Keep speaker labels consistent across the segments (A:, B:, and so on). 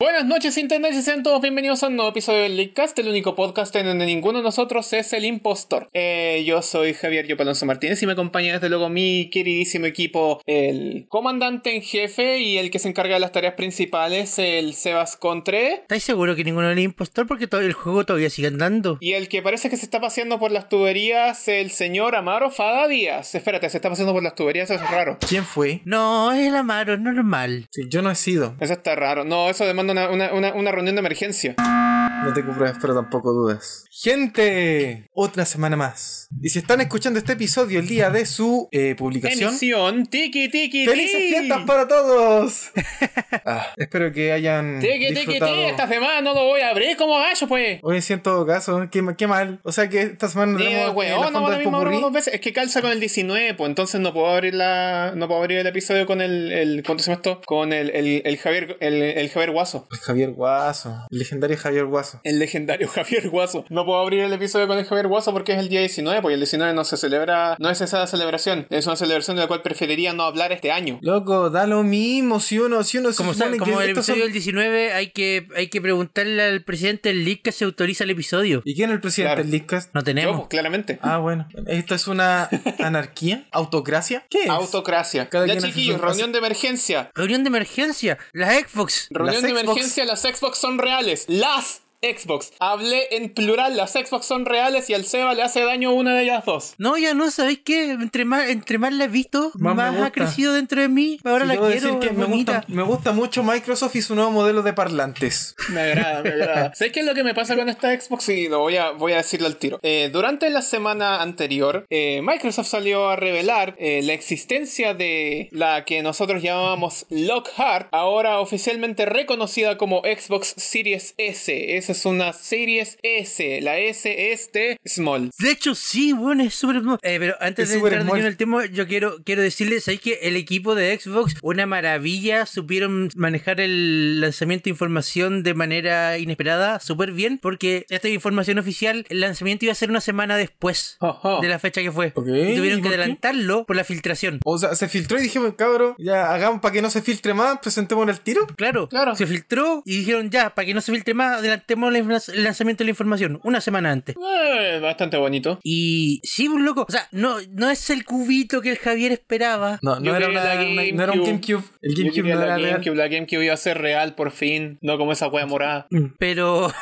A: Buenas noches Internet y sean todos bienvenidos a un nuevo episodio del Leakcast, el único podcast en donde ninguno de nosotros es el impostor. Eh, yo soy Javier Yopalonso Martínez y me acompaña desde luego mi queridísimo equipo, el comandante en jefe y el que se encarga de las tareas principales, el Sebas Contre,
B: ¿Estáis seguro que ninguno es el impostor? Porque todo el juego todavía sigue andando.
A: y el que parece que se está paseando por las tuberías, el señor Amaro Fada Díaz. Espérate, se está paseando por las tuberías, eso es raro.
C: ¿Quién fue?
B: No, es el amaro, es normal.
C: Sí, yo no he sido.
A: Eso está raro. No, eso demanda una, una- una- una reunión de emergencia.
C: No tengo pruebas, pero tampoco dudas. Gente, otra semana más. Y si están escuchando este episodio el día de su eh, publicación,
A: Emisión, tiki tiki.
C: ¡felices
A: ti!
C: fiestas para todos! Ah, espero que hayan
A: Tiki, tiki,
C: disfrutado.
A: tiki, estas demás no lo voy a abrir como gallo, pues.
C: Hoy sí, en todo caso, qué, ma- qué mal. O sea que esta semana
A: Ni de
C: tenemos eh, la
A: hueón, no
C: fonda
A: la
C: del
A: misma hora
C: popurrí.
A: dos veces. Es que calza con el 19, pues entonces no puedo abrir la. No puedo abrir el episodio con el. el ¿Cuánto se llama esto? Con el, el, el Javier. El, el Javier Guaso.
C: Javier Guaso, el legendario Javier Guaso.
A: El legendario Javier Guaso. No puedo abrir el episodio con el Javier Guaso porque es el día 19, porque el 19 no se celebra. No es esa celebración. Es una celebración de la cual preferiría no hablar este año.
C: Loco, da lo mismo si uno, si uno se
B: Como, sa-
C: supone
B: como
C: que
B: el
C: estos
B: episodio del
C: son-
B: 19, hay que, hay que preguntarle al presidente del leak que se autoriza el episodio.
C: ¿Y quién es el presidente
A: Claro.
C: del Leadcast?
B: No
A: Yo, pues,
B: tenemos.
A: claramente.
C: Ah, bueno. ¿Esto es una anarquía? ¿Autocracia? ¿Qué es?
A: Autocracia.
C: Cada
A: ya
C: quien hace
A: chiquillos,
C: su-
A: reunión de emergencia.
B: Reunión de emergencia, la Xbox.
A: Reunión
C: Las
A: de
C: Xbox.
A: emergencia, las Xbox son reales. Las Xbox. Hablé en plural, las Xbox son reales y al Seba le hace daño una de ellas dos.
B: No, ya no, ¿sabéis qué? Entre más, entre más la he visto,
C: Más
B: más,
C: me gusta.
B: ha crecido dentro de mí. Ahora
C: Sí,
B: la
C: debo
B: quiero,
C: decir que
B: es
C: me gusta,
B: bonita.
C: me gusta mucho Microsoft y su nuevo modelo de parlantes.
A: Me agrada, me agrada. ¿Sabes qué es lo que me pasa con esta Xbox? Y lo voy a, voy a decirle al tiro. Eh, durante la semana anterior, eh, Microsoft salió a revelar eh, la existencia de la que nosotros llamábamos Lockhart, ahora oficialmente reconocida como Xbox Series S. Esa es una Series S. La S es de Small.
B: De hecho, sí, bueno, es súper... Eh, pero antes
C: Es
B: de
C: súper
B: entrar de
C: small.
B: lleno al tema, yo quiero, quiero decirles, ¿sabéis que el equipo de Xbox, una maravilla, supieron manejar el lanzamiento de información de manera inesperada, súper bien, porque esta información oficial, el lanzamiento iba a ser una semana después
A: Ajá.
B: de la fecha que fue.
C: Oh, Ok,
B: Y tuvieron
C: ¿y
B: que
C: por qué?
B: adelantarlo por la filtración.
C: O sea, se filtró y dijimos, cabrón, ya hagamos para que no se filtre más, presentemos el tiro.
B: Claro,
A: Claro.
B: se filtró y dijeron ya, para que no se filtre más, adelantemos la inf- el lanzamiento de la información una semana antes.
A: Eh, bastante bonito.
B: Y sí, un loco, o sea, no, no es el cubito que el Javier esperaba.
C: No,
A: Yo
C: no era,
A: quería
C: una-
A: la
C: una- no era un
A: GameCube.
C: GameCube. El
A: Yo
C: GameCube
A: quería
C: no
A: la
C: era real.
A: GameCube, la GameCube iba a ser real por fin, no como esa wea morada.
C: Mm.
B: Pero,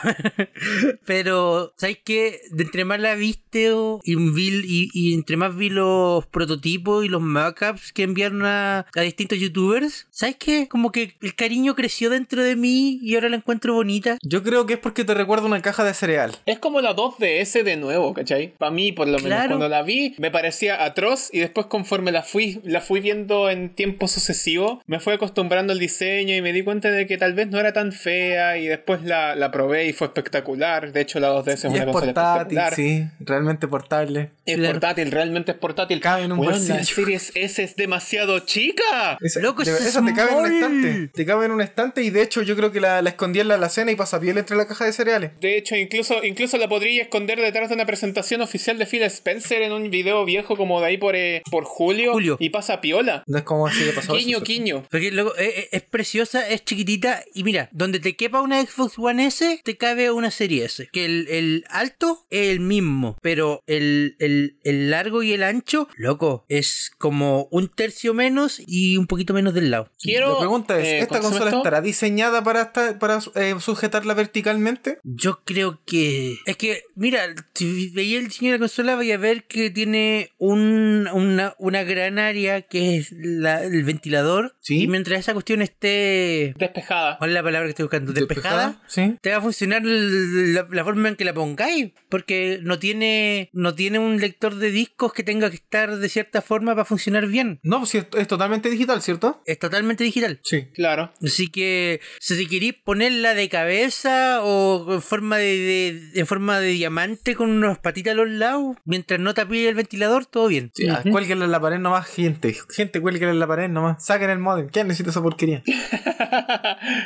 B: pero, ¿sabes qué? De entre más la viste o- y, vi- y- y entre más vi los prototipos y los mockups que enviaron a, a distintos youtubers, ¿sabes qué? Como que el cariño creció dentro de mí y ahora la encuentro bonita.
C: Yo creo que es porque te recuerda una caja de cereal.
A: Es como la 2DS de nuevo, ¿cachai? Para mí, por lo menos,
B: Claro.
A: cuando la vi me parecía atroz y después conforme la fui, la fui viendo en tiempo sucesivo, me fui acostumbrando al diseño y me di cuenta de que tal vez no era tan fea y después la, la probé y fue espectacular. De hecho, la 2DS es
C: y
A: una
C: es
A: consola
C: portátil,
A: espectacular.
C: sí, realmente portable.
A: Es
B: Claro.
A: portátil, realmente es portátil.
C: Cabe en un
A: Weón,
C: bolsillo.
A: la Series S es demasiado chica.
C: Esa,
B: Loco,
C: de-
B: ese
C: esa te cabe en un
B: small.
C: estante. Te cabe en un estante y de hecho yo creo que la, la escondí en la alacena y pasa piel entre la caja de cereales.
A: De hecho, incluso, incluso la podría esconder detrás de una presentación oficial de Phil Spencer en un video viejo como de ahí por, eh, por julio,
B: Julio.
A: y pasa piola.
C: No es como así de pasado.
A: Quiño,
C: eso,
A: quiño.
B: Porque luego es, es- es preciosa, es chiquitita y mira, donde te quepa una Xbox One S, te cabe una serie S. Que el, el alto es el mismo, pero el, el- el largo y el ancho, loco, es como un tercio menos y un poquito menos del lado.
A: Quiero.
C: la pregunta es,
A: eh,
C: ¿esta
A: ¿cómo se llama
C: consola
A: esto?
C: estará diseñada para, esta- para eh, sujetarla verticalmente?
B: Yo creo que... Es que, mira, si veía el diseño de la consola, vaya a ver que tiene un- una, una gran área que es la- el ventilador.
C: Sí.
B: Y mientras esa cuestión esté...
A: Despejada.
B: ¿Cuál es la palabra que estoy buscando? ¿Despejada?
C: Sí.
B: te va a funcionar l- la, la forma en que la pongáis, porque no tiene no tiene un lector de discos que tenga que estar de cierta forma para funcionar bien.
C: No, pues, es, es totalmente digital, ¿cierto?
B: Es totalmente digital.
C: Sí.
A: Claro.
B: Así que si, si queréis ponerla de cabeza o, como en forma de, de- en forma de diamante con unas patitas a los lados. Mientras no tapie el ventilador, todo bien.
C: Sí, ah,
A: Ujú.
C: cuélguenle en la pared nomás, gente. Gente, cuélguenle en la pared nomás. Saquen el modem. ¿Quién necesita esa porquería?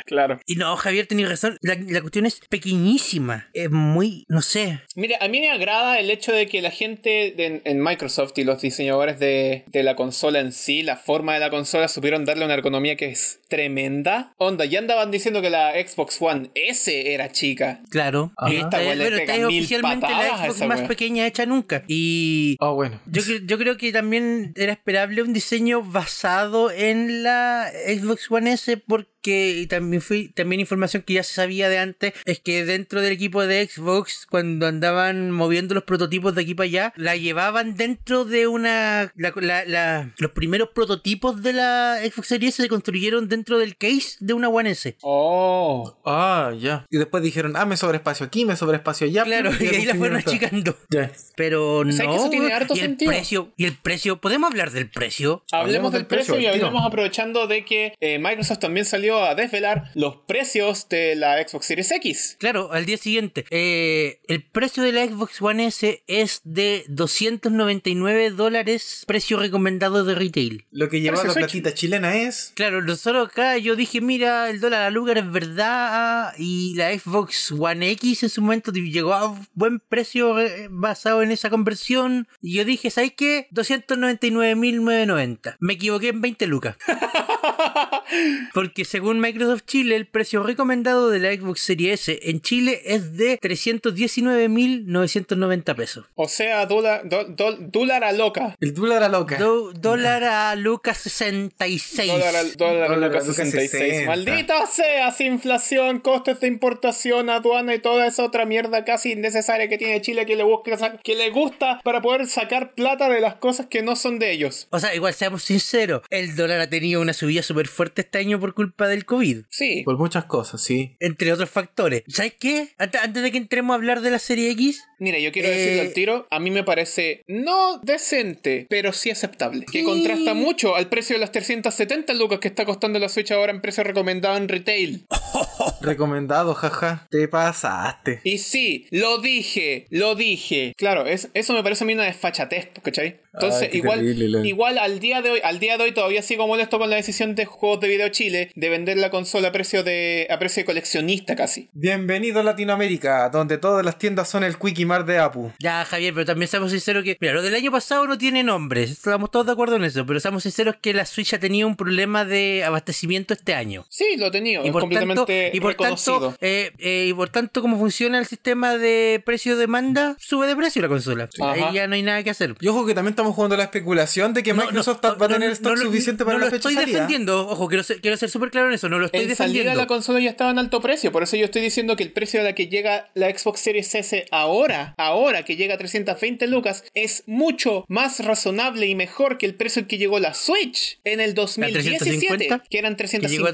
A: claro.
B: Y no, Javier, tenés razón. La, la cuestión es pequeñísima. Es muy, no sé.
A: Mira, a mí me agrada el hecho de que la gente de- en, en Microsoft y los diseñadores de, de la consola en sí, la forma de la consola, supieron darle una ergonomía que es tremenda. Onda, ya andaban diciendo que la Xbox One S era chica.
B: Claro.
C: Ajá.
B: Y esta,
A: Esta
B: es-
A: weá le
B: bueno, esta
A: pega
B: es
A: mil
B: Eh, oficialmente la
A: patadas a
B: Xbox
A: esa
B: más
A: weá.
B: pequeña hecha nunca. Y
C: Oh, bueno.
B: yo, cre- yo creo que también era esperable un diseño basado en la Xbox One S porque y también fui, también información que ya se sabía de antes es que dentro del equipo de Xbox cuando andaban moviendo los prototipos de aquí para allá la llevaban dentro de una la- la- la- los primeros prototipos de la Xbox Series S se construyeron dentro del case de una One S
A: Oh.
C: Ah, ya. Y después dijeron, ah, me sobreespacio aquí, me sobreespacio allá.
B: claro y ahí la fueron achicando
C: Ya.
B: Pero no.
A: sea, que eso tiene
B: weón.
A: harto
B: y el
A: sentido.
B: precio, y el precio, ¿podemos hablar del precio?
A: Hablemos del precio, y
C: al tiro.
A: hablemos aprovechando de que eh, Microsoft también salió a desvelar los precios de la Xbox Series X.
B: Claro, al día siguiente. Eh, el precio de la Xbox One S es de 299 dólares, precio recomendado de retail.
C: Lo que llevaba
A: Parece Switch.
C: la platita chilena es.
B: Claro, nosotros acá yo dije, mira, el dólar al lugar es verdad. Y la Xbox One X en su momento llegó a buen precio eh, basado en esa conversión. Y yo dije, ¿sabes qué? 299.990. Me equivoqué en 20 lucas. Porque según Microsoft Chile, el precio recomendado de la Xbox Series S en Chile es de 319.990 pesos.
A: O sea, dólar, do- do- dólar a loca.
C: El dólar a loca.
B: Do- dólar a lucas 66.
A: Dólar al dólar al
C: Dólar
A: loca
C: al loca
A: 66.
C: 60.
A: Maldita sea, sin inflación, costes de importación, aduana y toda esa otra mierda casi innecesaria que tiene Chile que le, busca, sa- que le gusta para poder sacar plata de las cosas que no son de ellos.
B: O sea, igual seamos sinceros, el dólar ha tenido una subida súper fuerte este año por culpa del COVID.
A: Sí.
C: Por muchas cosas, sí.
B: Entre otros factores. ¿Sabes qué? Ante- Antes de que entremos a hablar de la serie X,
A: Mira, yo quiero
B: Eh,
A: decirle al tiro, a mí me parece no decente, pero sí aceptable. Que
B: Sí.
A: contrasta mucho al precio de las 370 lucas que está costando la Switch ahora en precio recomendado en retail.
C: Recomendado, jaja. Te pasaste.
A: Y sí, lo dije, lo dije. Claro, es, eso me parece a mí una desfachatez, ¿cachai? Entonces,
C: Ay, qué
A: igual,
C: terrible, Leo.
A: igual al día de hoy, al día de hoy todavía sigo molesto con la decisión de Juegos de Video Chile de vender la consola a precio de, a precio de coleccionista casi.
C: Bienvenido a Latinoamérica, donde todas las tiendas son el Quickie Mart de Apu.
B: ya Javier, pero también seamos sinceros que, mira, lo del año pasado no tiene nombre, estamos todos de acuerdo en eso, pero seamos sinceros que la Switch ha tenido un problema de abastecimiento este año.
A: Sí, lo he tenido,
B: Y
A: es
B: por, tanto,
A: completamente
B: y, por
A: reconocido.
B: tanto, eh, eh, y por tanto, como funciona el sistema de precio-demanda, sube de precio la consola.
A: Ajá.
B: Ahí ya no hay nada que hacer.
C: Y ojo que también estamos jugando a la especulación de que
B: No,
C: Microsoft
B: no,
C: va a
B: no,
C: tener
B: no,
C: stock
B: no lo-
C: suficiente para
B: no
C: la
B: lo
C: fecha
B: estoy
C: de salida.
B: defendiendo, ojo, quiero ser, quiero ser súper claro en eso, no lo estoy
A: en salida
B: defendiendo.
A: la consola ya estaba en alto precio, por eso yo estoy diciendo que el precio a la que llega la Xbox Series S ahora, ahora que llega a 320 lucas, es mucho más razonable y mejor que el precio al que llegó la Switch en el 2017,
B: 350?
A: que eran
B: que llegó
A: 350.
B: a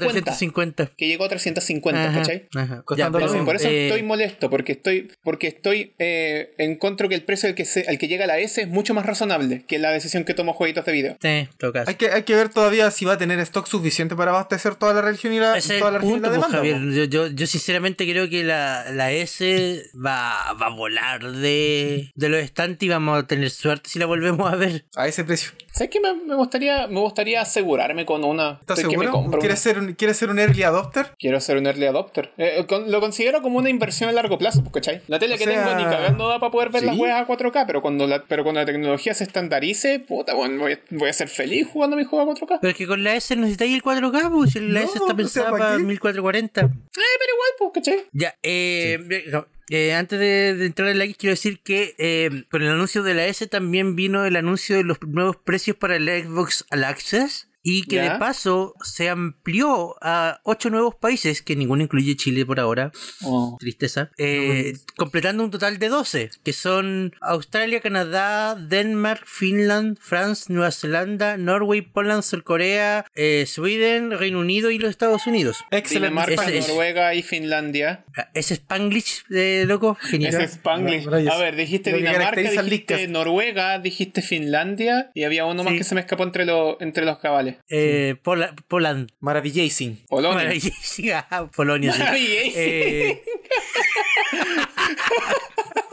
B: 350.
A: Que llegó a 350,
B: Ajá,
A: ¿cachai?
B: ajá.
C: Costando
B: Ya,
C: lo
A: Entonces,
C: mismo.
A: por eso
B: eh,
A: estoy molesto, porque estoy, porque estoy eh, encuentro que el precio al que, se- al que llega la S es mucho más razonable que la decisión que tomó Jueguitos de Video.
B: Sí, tocas.
C: Hay que, hay que ver todavía si va a tener stock suficiente para abastecer toda la región y la,
B: Ese es
C: toda
B: el
C: la, región y
B: punto,
C: la
B: pues,
C: demanda.
B: Javier.
C: po.
B: Yo, yo, yo sinceramente creo que la, la S va, va a volar de, de los estantes y vamos a tener suerte si la volvemos a ver.
C: pues. A ese precio.
A: ¿Sabes qué? Me, me gustaría, me gustaría asegurarme con una.
C: ¿Estás
A: de que me
C: seguro?
A: compro
C: ¿Quieres
A: una.
C: ser, un, ¿Quieres ser un early adopter?
A: Quiero ser un early adopter. Eh, eh, con- lo considero como una inversión a largo plazo, pues, ¿cachai? La tele
C: O
A: que
C: sea,
A: tengo ni cagando da para poder ver
C: sí.
A: las weas a 4K, pero cuando la, pero cuando la tecnología se estandarice, puta, bueno, voy, a, voy a ser feliz jugando mi juego a 4K.
B: Pero es que con la S necesitáis el 4K, pues, si la
C: No,
B: S
C: o
B: está
C: sea,
B: pensada
C: ¿para
B: para
C: qué?
B: 1440.
A: Eh, pero igual, pues, ¿cachai?
B: Ya, eh, mira, eh, antes de, de entrar en la X, quiero decir que eh, con el anuncio de la S también vino el anuncio de los nuevos precios para el Xbox All Access y que
A: Ya.
B: de paso se amplió a ocho nuevos países, que ninguno incluye Chile por ahora,
C: Oh.
B: tristeza, eh, completando un total de 12, que son Australia, Canadá, Denmark, Finland, France, Nueva Zelanda, Norway, Poland, Sur Corea, eh, Sweden, Reino Unido y los Estados Unidos.
C: Excelente.
A: Dinamarca,
B: Ese es-
A: Noruega y Finlandia.
B: Ah, Ese Spanglish, eh, loco, genial.
A: Ese es Spanglish.
C: Rayos.
A: A ver, dijiste
C: Lo que
A: Dinamarca,
C: caracteriza al
A: dijiste
C: Leadcast.
A: Noruega, dijiste Finlandia y había uno más
B: Sí.
A: que se me escapó entre, los entre los cabales.
B: Eh, Pola- Poland.
C: Maravillacing.
A: Polonia.
B: Maravilla- Polonia. sí.
A: Maravilla-
B: Eh,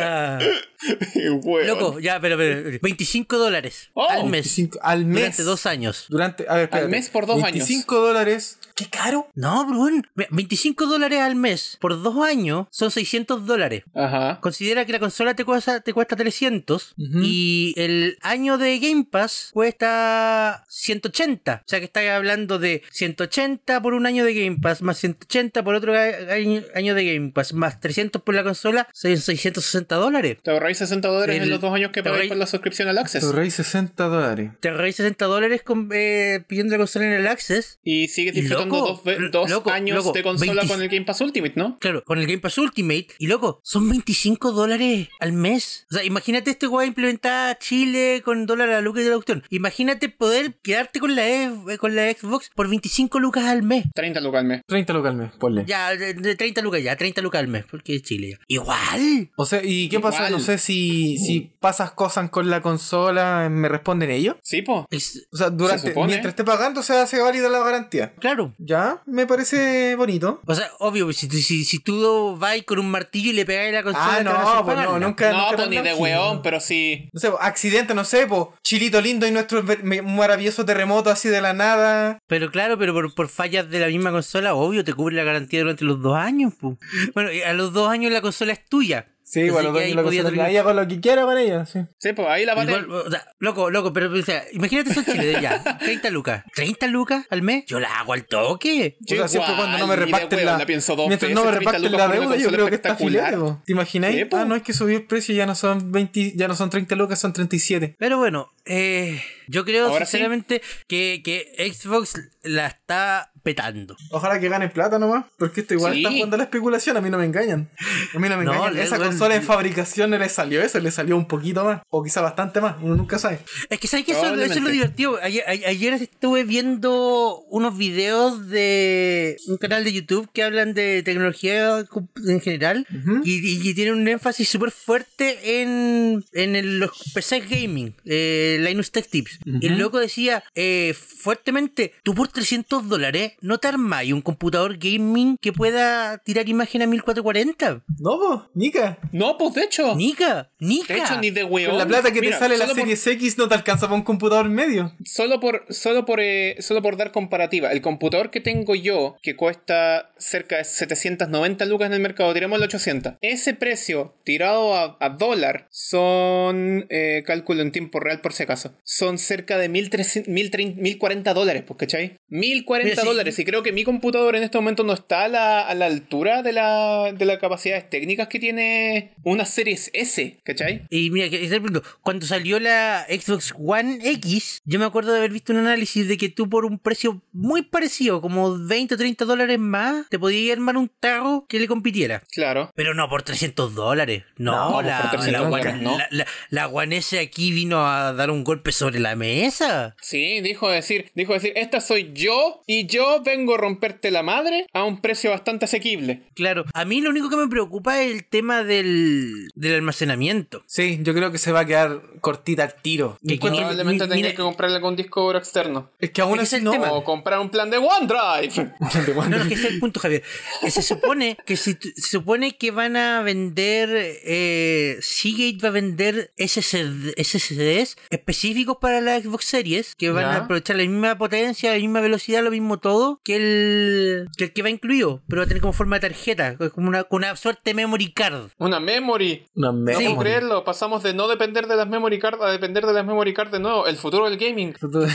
B: Ah,
A: Weón.
B: loco, ya, pero, pero 25 dólares
A: Oh,
B: al mes.
C: 25 al mes.
B: Durante dos años.
C: Durante, a ver, espérate.
A: Al mes por dos años.
C: 25 dólares. ¡Qué caro!
B: No, Bruno, 25 dólares al mes por dos años son 600 dólares.
A: Ajá.
B: Considera que la consola te cuesta, te cuesta 300
C: Ujú.
B: y el año de Game Pass cuesta 180. O sea que estás hablando de 180 por un año de Game Pass, más 180 por otro a- año año de Game Pass, más 300 por la consola, son 660 dólares.
A: Te ahorráis 60 dólares
B: El-
A: en los dos años que
B: te ahorráis-
A: pagáis por la suscripción al Access.
C: Tu rey 60 dólares.
B: Te ahorráis 60 dólares con, eh, pidiendo la consola en el Access.
A: Y sigues disfrutando
B: Loco,
A: dos, ve-
B: l-
A: dos
B: loco,
A: años
B: loco,
A: de consola
B: 20
A: con el Game Pass Ultimate, ¿no?
B: Claro, con el Game Pass Ultimate. Y loco, son 25 dólares al mes. O sea, imagínate este weá implementada a Chile con dólar a lucas de la cuestión. Imagínate poder quedarte con la, e- con la Xbox por 25 lucas al mes.
A: 30 lucas al mes.
C: 30 lucas al mes, ponle.
B: Ya, de, de 30 lucas ya, 30 lucas al mes, porque es Chile ya. Igual.
C: O sea, ¿y qué pasa?
A: Igual. Uh.
C: No sé si, si pasas cosas con la consola, ¿me responden ellos?
A: Sí, po.
B: Es-
C: O sea,
A: Se
C: durante,
A: supone.
C: mientras esté pagando se hace válida la garantía.
B: claro.
C: Ya, me parece bonito.
B: O sea, obvio, si, tú- si, si tú vas con un martillo y le pegas a la consola...
C: Ah,
B: te van a hacer
C: no, pues no,
B: pagarla.
C: nunca.
A: no,
C: nunca
A: pues
C: tan
A: ni de
C: lógico.
A: weón, pero sí.
C: No sé, po, accidente, no sé, po. Chilito lindo y nuestro ver- me- maravilloso terremoto así de la nada.
B: Pero claro, pero por, por fallas de la misma consola, obvio, te cubre la garantía durante los dos años. pu. Bueno, y a los dos años la consola es tuya.
C: Sí, pues,
B: Así
C: bueno,
B: que ahí
C: la
B: podía
C: cosa-
B: tener-
C: ahí hago lo que quiera con ella, sí.
A: Sí, pues ahí la vale.
B: Igual, o sea, loco, loco, pero o sea, imagínate esos chiles ya, 30 lucas. ¿30 lucas al mes? Yo la hago al toque.
C: O sea, siempre cuando no me
A: igual, ni de
C: reparten
A: huevo,
C: la,
A: la pienso dos
C: mientras
A: veces,
C: no me
A: 30
C: reparten
A: lucas
C: la
A: por una
C: deuda, yo
A: consola
C: creo que está
A: espectacular.
C: filete, po. ¿Te imagináis?
A: Sí, po.
C: ah, no, es que subió el precio y ya no son 20, ya no son 30 lucas, son 37.
B: Pero bueno, eh, yo creo
A: Ahora sí.
B: sinceramente que, que Xbox la está petando.
C: Ojalá que ganen plata nomás, porque esto igual
A: Sí.
C: está jugando a la especulación, a mí no me engañan. A mí no me
B: No,
C: engañan.
B: le-
C: Esa
B: bueno,
C: consola en
B: y-
C: fabricación no le salió eso, le salió un poquito más, o quizá bastante más, uno nunca sabe.
B: Es que sabes que eso, eso es lo
A: Probablemente.
B: divertido. Ayer, a- ayer estuve viendo unos videos de un canal de YouTube que hablan de tecnología cu- en general
C: Ujú.
B: y, y- y tienen un énfasis súper fuerte en, en el- los PC gaming, eh, Linus Tech Tips. Y el loco decía eh, fuertemente, tú por 300 dólares no te armáis un computador gaming que pueda tirar imagen a 1440.
C: No, po, Nica.
A: No, pues de hecho.
B: Nica, nica.
A: de hecho, ni de weón.
C: Con la plata que
A: Mira,
C: te sale la
A: solo por-
C: serie X no te alcanza para un computador medio.
A: Solo por, solo por, eh, solo por dar comparativa, el computador que tengo yo, que cuesta cerca de 790 lucas en el mercado, tiramos el 800. Ese precio tirado a, a dólar son, eh, cálculo en tiempo real por si acaso, son cerca de 1300 1300 1040 dólares, pues, ¿cachai? 1040
B: Mira, sí.
A: dólares. Y creo que mi computador en este momento no está a la, a la altura de, la, de las capacidades técnicas que tiene una Series S, ¿cachai?
B: Y mira, que- ese punto. cuando salió la Xbox One X, yo me acuerdo de haber visto un análisis de que tú por un precio muy parecido, como 20 o 30 dólares más, te podías armar un tarro que le compitiera.
A: Claro.
B: Pero no por 300 dólares.
C: No,
B: No,
C: por
B: la,
A: 300
B: la One-
A: dólares, no.
B: la- la- la One S aquí vino a dar un golpe sobre la mesa.
A: Sí, dijo decir, dijo decir, esta soy yo y yo vengo a romperte la madre a un precio bastante asequible.
B: Claro, a mí lo único que me preocupa es el tema del, del almacenamiento.
C: Sí, yo creo que se va a quedar cortita al tiro.
B: Que-
C: Encuentro-
B: que-
A: Probablemente
B: mi- mira-
A: tenga que comprarle algún disco duro externo.
C: es que aún
B: ese es
C: así
B: el
C: no.
B: tema.
A: O comprar un plan de OneDrive.
B: No, no, que ese es el punto, Javier. Que se supone que si tu- se supone que van a vender eh, Seagate va a vender SSD, SSDs específicos para la Xbox Series que van
C: Ya.
B: a aprovechar la misma potencia, la misma velocidad, lo mismo todo que el que, el que va incluido, pero va a tener como forma de tarjeta, es como una, con una suerte de memory card.
A: Una memory.
C: Una
A: No
C: memory.
A: puedo creerlo. Pasamos de no depender de las memory cards a depender de las memory cards de nuevo. El futuro del gaming.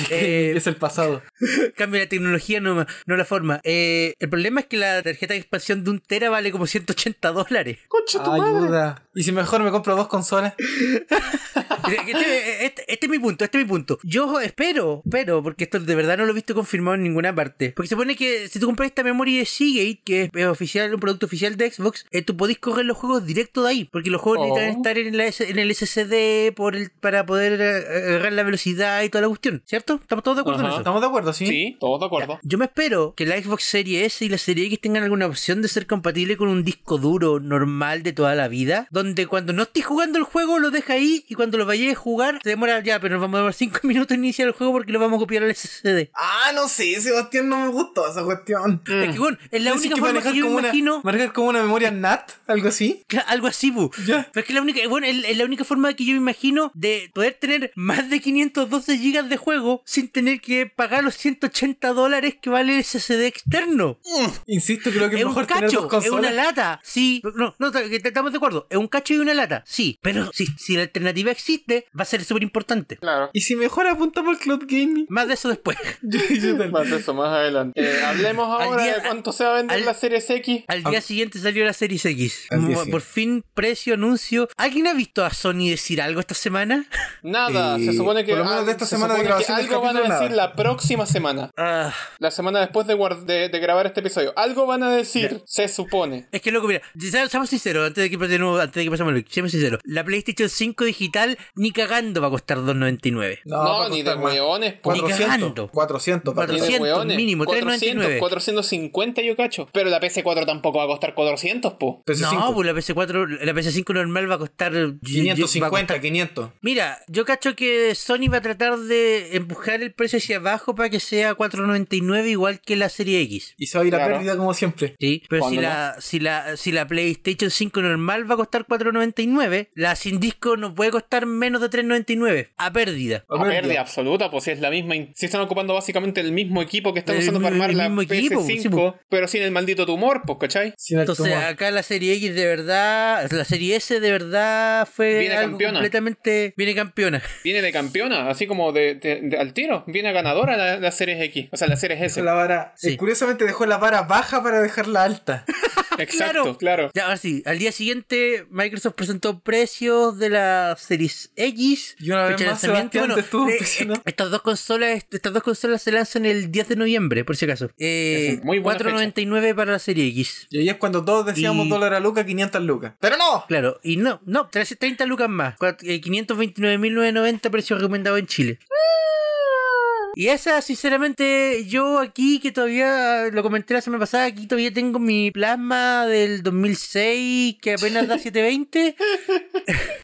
B: Eh,
C: es el pasado.
B: Cambia la tecnología, no, no la forma. Eh, el problema es que la tarjeta de expansión de un tera vale como 180 dólares.
A: Concha tu madre.
C: Ayuda. ¿Y si mejor me compro dos consolas?
B: Este, este- este es mi punto, este es mi punto. Yo espero, pero, porque esto de verdad no lo he visto confirmado en ninguna parte. Porque se supone que si tú compras esta memoria de Seagate, que es eh, oficial, un producto oficial de Xbox, eh, tú podés correr los juegos directo de ahí. Porque los juegos
A: Oh.
B: necesitan estar en, la S- en el SSD por el, para poder eh, agarrar la velocidad y toda la cuestión. ¿Cierto? ¿Estamos todos de acuerdo en
A: Ajá.
B: eso?
C: ¿Estamos de acuerdo, sí?
A: Sí, todos de acuerdo.
B: Yo me espero que la Xbox Series S y la Series X tengan alguna opción de ser compatible con un disco duro normal de toda la vida, donde cuando no estés jugando el juego lo deja ahí y cuando lo vayas a jugar te demora ya, pero nos vamos a demorar 5 minutos en iniciar el juego porque lo vamos a copiar al SSD.
C: Ah, no sé, Sebastián, no me gustó esa cuestión.
B: Es que, bueno, es Mm. la
C: Así
B: única
C: Mm. que
B: forma
C: manejar
B: que yo
C: como
B: me
C: una-
B: imagino.
C: manejar como una memoria NAT, algo así.
B: Cla- Algo así, bu.
C: Ya.
B: Pero es que la única, bueno, es, es la única forma que yo me imagino de poder tener más de 512 gigas de juego sin tener que pagar los 180 dólares que vale el SSD externo.
C: Insisto, creo que es,
B: Es un
C: mejor tener dos
B: cacho, es
C: consolas.
B: una lata. Sí, no, no, que te- estamos de acuerdo. Es un cacho y una lata. Sí, pero si, si la alternativa existe, va a ser súper importante.
A: Claro.
C: Y si mejor apuntamos al cloud gaming.
B: Más de eso después.
C: Yo- yo tal-
A: Más de eso más adelante. Eh, hablemos
B: Al
A: ahora
B: día-
A: de cuánto se va a vender
B: al-
A: la Series X.
B: Al día siguiente salió la Series X.
C: Al
B: Mo-
C: día
B: Por
C: siguiente.
B: fin, precio, anuncio. ¿Alguien ha visto a Sony decir algo esta semana?
A: Nada,
C: Y
A: se supone que
C: por lo menos de esta
A: se
C: semana de
A: supone que
C: grabación del
A: algo van a
C: capítulo,
A: decir
C: nada.
A: la próxima semana.
B: Ah.
A: La semana después de, guard- de, de grabar este episodio. Algo van a decir, se supone.
B: Es que loco, mira, se- seamos sinceros, antes de que de nuevo, antes de que pasemos, al- seamos sinceros, la PlayStation 5 digital ni cagando va a costar 2.99.
A: No,
C: va a
A: ni de
C: costar más.
A: hueones, po.
B: Ni
C: 400.
B: cagando.
C: 400. papá.
A: Ni de
B: 400,
A: hueones.
B: mínimo,
A: 400,
B: 3.99.
A: 450 yo cacho. Pero la PC4 tampoco va a costar 400, po.
C: PS5.
B: No, pues la PC4, la PC5 normal va a costar yo- yo- va a costar-
C: 550, 500.
B: Mira, yo cacho que Sony va a tratar de empujar el precio hacia abajo para que sea 4.99 igual que la serie X.
C: Y se va a ir a
A: Claro.
C: pérdida como siempre.
B: Sí, pero si
A: ¿Cuándo
B: la, si la si la PlayStation 5 normal va a costar 4.99, la sin disco no puede costar menos de 3.99 a pérdida.
A: A pérdida absoluta, pues si es la misma. in- Si están ocupando básicamente el mismo equipo que están
B: El
A: usando para
B: mi-
A: armar
B: el
A: la
B: mismo equipo,
A: PS5,
B: sí, po.
A: pero sin el maldito tumor, pues, ¿cachai?
C: Sin el
B: Entonces
C: tumor.
B: acá la serie X de verdad, la serie S de verdad fue
A: Viene
B: algo
A: campeona.
B: completamente viene campeona.
A: Viene de campeona, así como de, de- de- al tiro. Viene ganadora la, la Series X. O sea, la Series S.
C: Dejó la vara.
B: Sí.
C: eh, curiosamente dejó la vara baja para dejarla alta.
A: Exacto, claro.
B: Ya, ahora sí, al día siguiente Microsoft presentó precios de la Series X.
C: Y una vez
B: fecha de
C: más,
B: lanzamiento.
C: Sebastián te estuvo
B: eh,
C: presionando.
B: eh, estas dos consolas, estas dos consolas se lanzan el 10 de noviembre, por si acaso. Eh,
A: Es muy buena
B: 4.99 para la serie X.
C: Y ahí es cuando todos decíamos
B: Y-
C: dólar a lucas, 500 lucas. ¡Pero no!
B: Claro, y no, no, 30 lucas más. Cuat- eh, 529.990 precio recomendado en Chile.
A: ¡Ah!
B: Y esa, sinceramente, yo aquí que todavía eh, lo comenté la semana pasada, aquí todavía tengo mi plasma del 2006 que apenas da 720.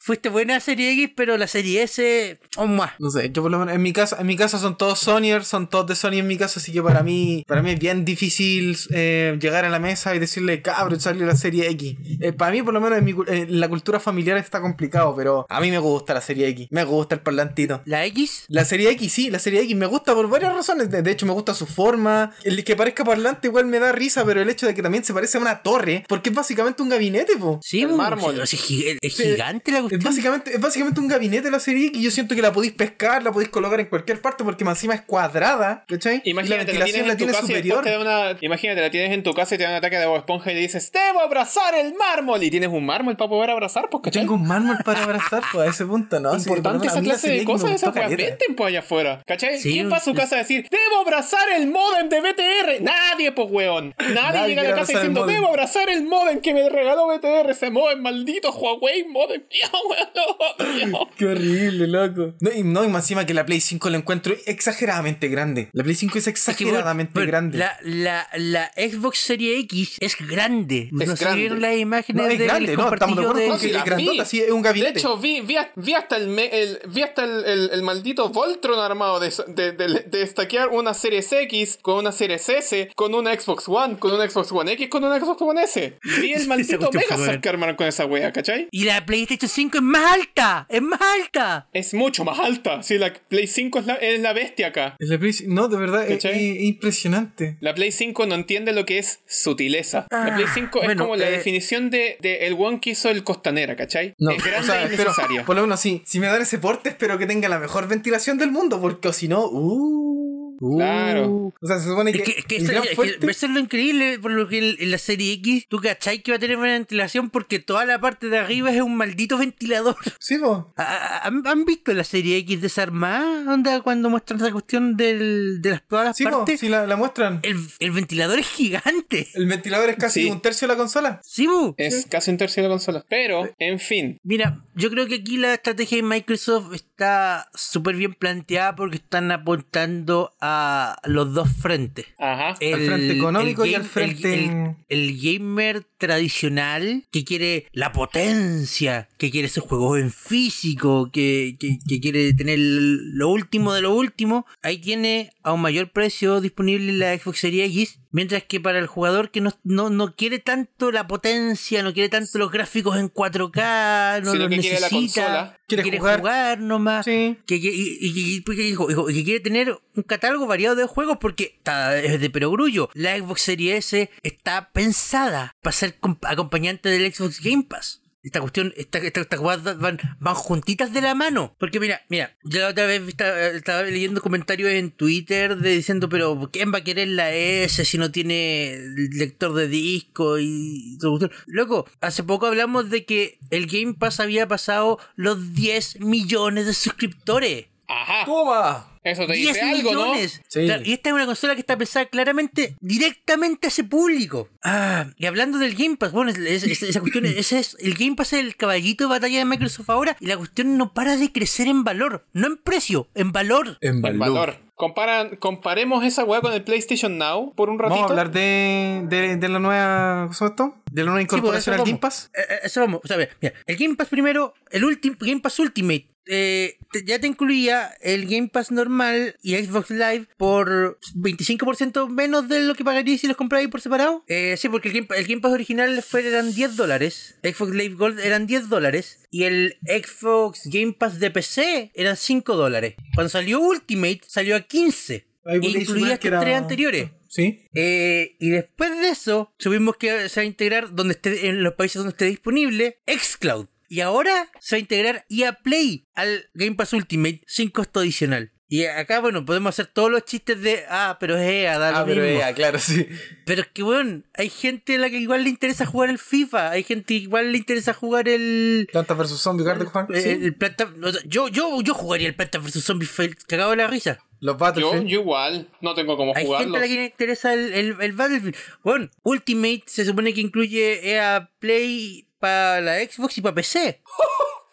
B: Fuiste buena serie X, pero la serie S, oh, muah.
C: No sé, yo por lo menos, en mi casa, en mi casa son todos Sonyers, son todos de Sony en mi casa, así que para mí, para mí es bien difícil eh, llegar a la mesa y decirle, cabrón, salió la serie X. Eh, para mí, por lo menos, en, mi cu- en la cultura familiar está complicado, pero a mí me gusta la serie X, me gusta el parlantito.
B: la X.
C: La serie X, sí, la serie X me gusta por varias razones. De, de hecho, me gusta su forma. El que parezca parlante igual me da risa, pero el hecho de que también se parece a una torre, porque es básicamente un gabinete, po.
B: Sí,
A: El
B: bo,
A: mármol.
B: sí, Es, giga- es
C: Sí,
B: gigante la
C: Es
B: cuestión.
C: básicamente, es básicamente un gabinete la serie X. Yo siento que la podéis pescar, la podéis colocar en cualquier parte porque más encima es cuadrada. ¿Cachai?
A: Imagínate,
C: y
A: la, tienes en tu casa y después te da una... Imagínate, la tienes en tu casa y te da un ataque de Bob Esponja y le dices, debo abrazar el mármol. Y tienes un mármol para poder abrazar, pues, ¿cachai?
C: Tengo un mármol para abrazar, pues a ese punto, ¿no? Sí, por lo
A: Importante
C: menos a
A: esa
C: mí la
A: clase
C: serie
A: de
C: X me
A: cosas,
C: gustó
A: esas weas
C: caleta.
A: venden pues allá afuera, ¿cachai?
B: Sí,
A: ¿Quién va a su
B: sí.
A: casa a decir, debo abrazar el modem de BTR? Nadie, pues weón. Nadie,
C: Nadie
A: llega a
C: quiere
A: la casa
C: abrazar el
A: diciendo,
C: módem.
A: debo abrazar el modem que me regaló BTR, ese modem maldito Huawei, modem mío, weón. no, mío".
C: Qué horrible, loco. No, y, no, y más encima que la Play 5 la encuentro exageradamente grande. La Play 5 es
B: Es que, bueno,
C: exageradamente
B: bueno,
C: grande.
B: La, la, la Xbox Serie X es grande.
A: Es
B: no se
A: grande.
B: vieron las imágenes
C: No, es
B: del
C: grande, no, estamos de
B: compartillo
C: acuerdo
B: de-
C: con
A: Sí,
C: que
A: la
C: es grandota,
A: vi.
C: sí, es un gabinete.
A: De hecho, vi, vi, a- vi hasta, el, me- el- vi hasta el, el- el maldito Voltron armado de, de, de- de estaquear una Series X con una Series S, con una Xbox One, con una Xbox One X, con una Xbox One S. Vi el maldito
B: cuestión fue
A: Megazord
B: buena.
A: que armaron con esa wea, ¿cachai?
B: Y la PlayStation 5 es más alta, es más alta.
A: Es mucho más alta. Sí, la Play 5 es la, es la bestia acá.
C: La Play 5 no, de verdad, es,
A: ¿Cachai?
C: es- es impresionante.
A: La Play 5 no entiende lo que es sutileza. la
B: Ah,
A: Play 5 es
B: bueno,
A: como la
B: eh.
A: definición de, de el one que hizo el Costanera, ¿cachai?
C: No,
A: es grande
C: o sea,
A: y
C: espero-
A: necesaria.
C: por lo menos sí, si me dan ese porte espero que tenga la mejor ventilación del mundo, porque o si no, uh, uh.
A: Claro.
C: O sea, se supone que,
B: Es que, es que
C: el
B: eso,
C: gran
B: es que
C: fuerte-
B: eso es lo increíble, por lo que en, en la serie X, tú cachai que va a tener una ventilación porque toda la parte de arriba es un maldito ventilador.
C: Sí, po.
B: ¿A- a- ¿Han, han visto la serie X desarmada? Onda cuando muestran esa cuestión del, de las, todas las
C: Sí, po,
B: partes.
C: sí la, la muestran.
B: El, el ventilador es gigante.
C: El ventilador es casi
A: Sí.
C: un tercio de la consola.
B: Sí, bu.
A: Es casi un tercio de la consola. Pero, en fin.
B: Mira, yo creo que aquí la estrategia de Microsoft está súper bien planteada porque están apuntando a a los dos frentes.
A: Ajá.
B: Eh,
C: Al frente económico y al frente-
B: el- el gamer tradicional que quiere la potencia, que quiere esos juegos en físico, que, que- que quiere tener lo último de lo último, ahí tiene a un mayor precio disponible la Xbox Series X. Mientras que para el jugador que no, no, no quiere tanto la potencia, no quiere tanto los gráficos en 4K, no
A: Sino
B: los
A: que quiere la
B: necesita,
A: consola.
C: Quiere jugar.
B: nomás
C: Sí.
B: que, que- y, y- y- porque dijo, dijo, que quiere tener un catálogo variado de juegos porque está es de perogrullo. La Xbox Series S está pensada para ser com- acompañante del Xbox Game Pass. Esta cuestión, esta- esta- estas guardas van, van juntitas de la mano. Porque mira, mira, yo la otra vez esta- estaba leyendo comentarios en Twitter de diciendo, pero ¿quién va a querer la S si no tiene lector de disco y todo cuestión? Loco, hace poco hablamos de que el Game Pass había pasado los 10 millones de suscriptores.
A: Ajá.
C: ¡Toma!
A: Eso te
B: 10
A: dice algo, ¿no?
B: millones.
C: Sí.
B: Claro, y esta es una consola que está pensada claramente, directamente a ese público. Ah, y hablando del Game Pass, bueno, es- es- es- esa cuestión, ese es, el Game Pass es el caballito de batalla de Microsoft ahora y la cuestión no para de crecer en valor, no en precio, en valor.
D: En
A: El valor. Comparan, comparemos esa weá con el PlayStation Now por un ratito.
C: Vamos a hablar de, de, de la nueva. ¿Cómo se llama esto? De la nueva
B: Sí, pues,
C: incorporación
B: eso
C: al Game
B: vamos.
C: Pass.
B: Eh, eh, eso vamos. O sea, mira, mira, el Game Pass primero, el último Game Pass Ultimate. eh, te- ya te incluía el Game Pass normal y Xbox Live por 25% menos de lo que pagarías si los comprabais por separado. Eh, sí, porque el Game, Pa- el Game Pass original fue, eran 10 dólares. Xbox Live Gold eran 10 dólares. Y el Xbox Game Pass de PC eran 5 dólares. Cuando salió Ultimate salió a 15.
C: Ahí
B: E
C: volví a
B: incluía
C: sumar que
B: estos tres
C: era-
B: anteriores.
C: Sí.
B: Eh, y después de eso, supimos que eh, se va a integrar donde esté, en los países donde esté disponible, Xcloud. Y ahora se va a integrar EA Play al Game Pass Ultimate sin costo adicional. Y acá, bueno, podemos hacer todos los chistes de, ah, pero es EA, da lo
C: Ah, pero
B: mismo".
C: ya, claro, sí.
B: Pero es que, bueno, hay gente a la que igual le interesa jugar el FIFA, hay gente que igual le interesa jugar el...
C: Plantas versus Zombie, Garden Juan.
B: el-
C: Sí.
B: el Planta- o sea, yo, yo, yo jugaría el Planta vs. Zombies Fail, cagado de la risa.
C: Los
A: Yo,
C: Battlefield.
A: yo igual, no tengo cómo
B: Hay
A: jugarlo.
B: gente a la que le interesa el, el, el Battlefield. Bueno, Ultimate se supone que incluye EA Play para la Xbox y para PC.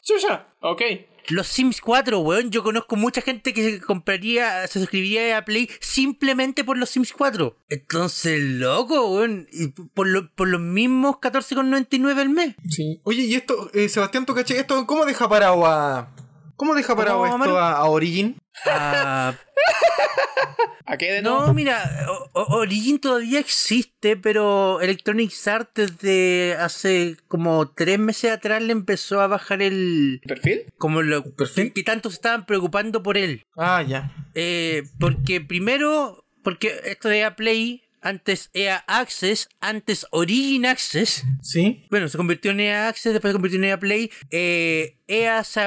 A: Chucha, ok.
B: Los Sims 4, weón. Yo conozco mucha gente que se compraría, se suscribiría a EA Play simplemente por los Sims 4. Entonces, loco, weón. y por, lo- por los mismos 14,99 al mes.
C: Sí. Oye, y esto, eh, Sebastián, tú caché, esto, ¿cómo deja parado a. ¿Cómo deja parado
B: ¿Cómo,
C: esto
B: Amaro?
C: a, a Origin?
B: Ah,
A: ¿A qué de nuevo?
B: No, mira, O- O- Origin todavía existe, pero Electronic Arts desde hace como tres meses atrás le empezó a bajar el...
A: ¿Perfil?
B: como lo
C: perfil.
B: que, que tanto se estaban preocupando por él.
C: Ah, ya.
B: Eh, porque primero, porque esto de EA Play, antes EA Access, antes Origin Access,
C: Sí.
B: bueno, se convirtió en EA Access, después se convirtió en EA Play. Eh, EA, se,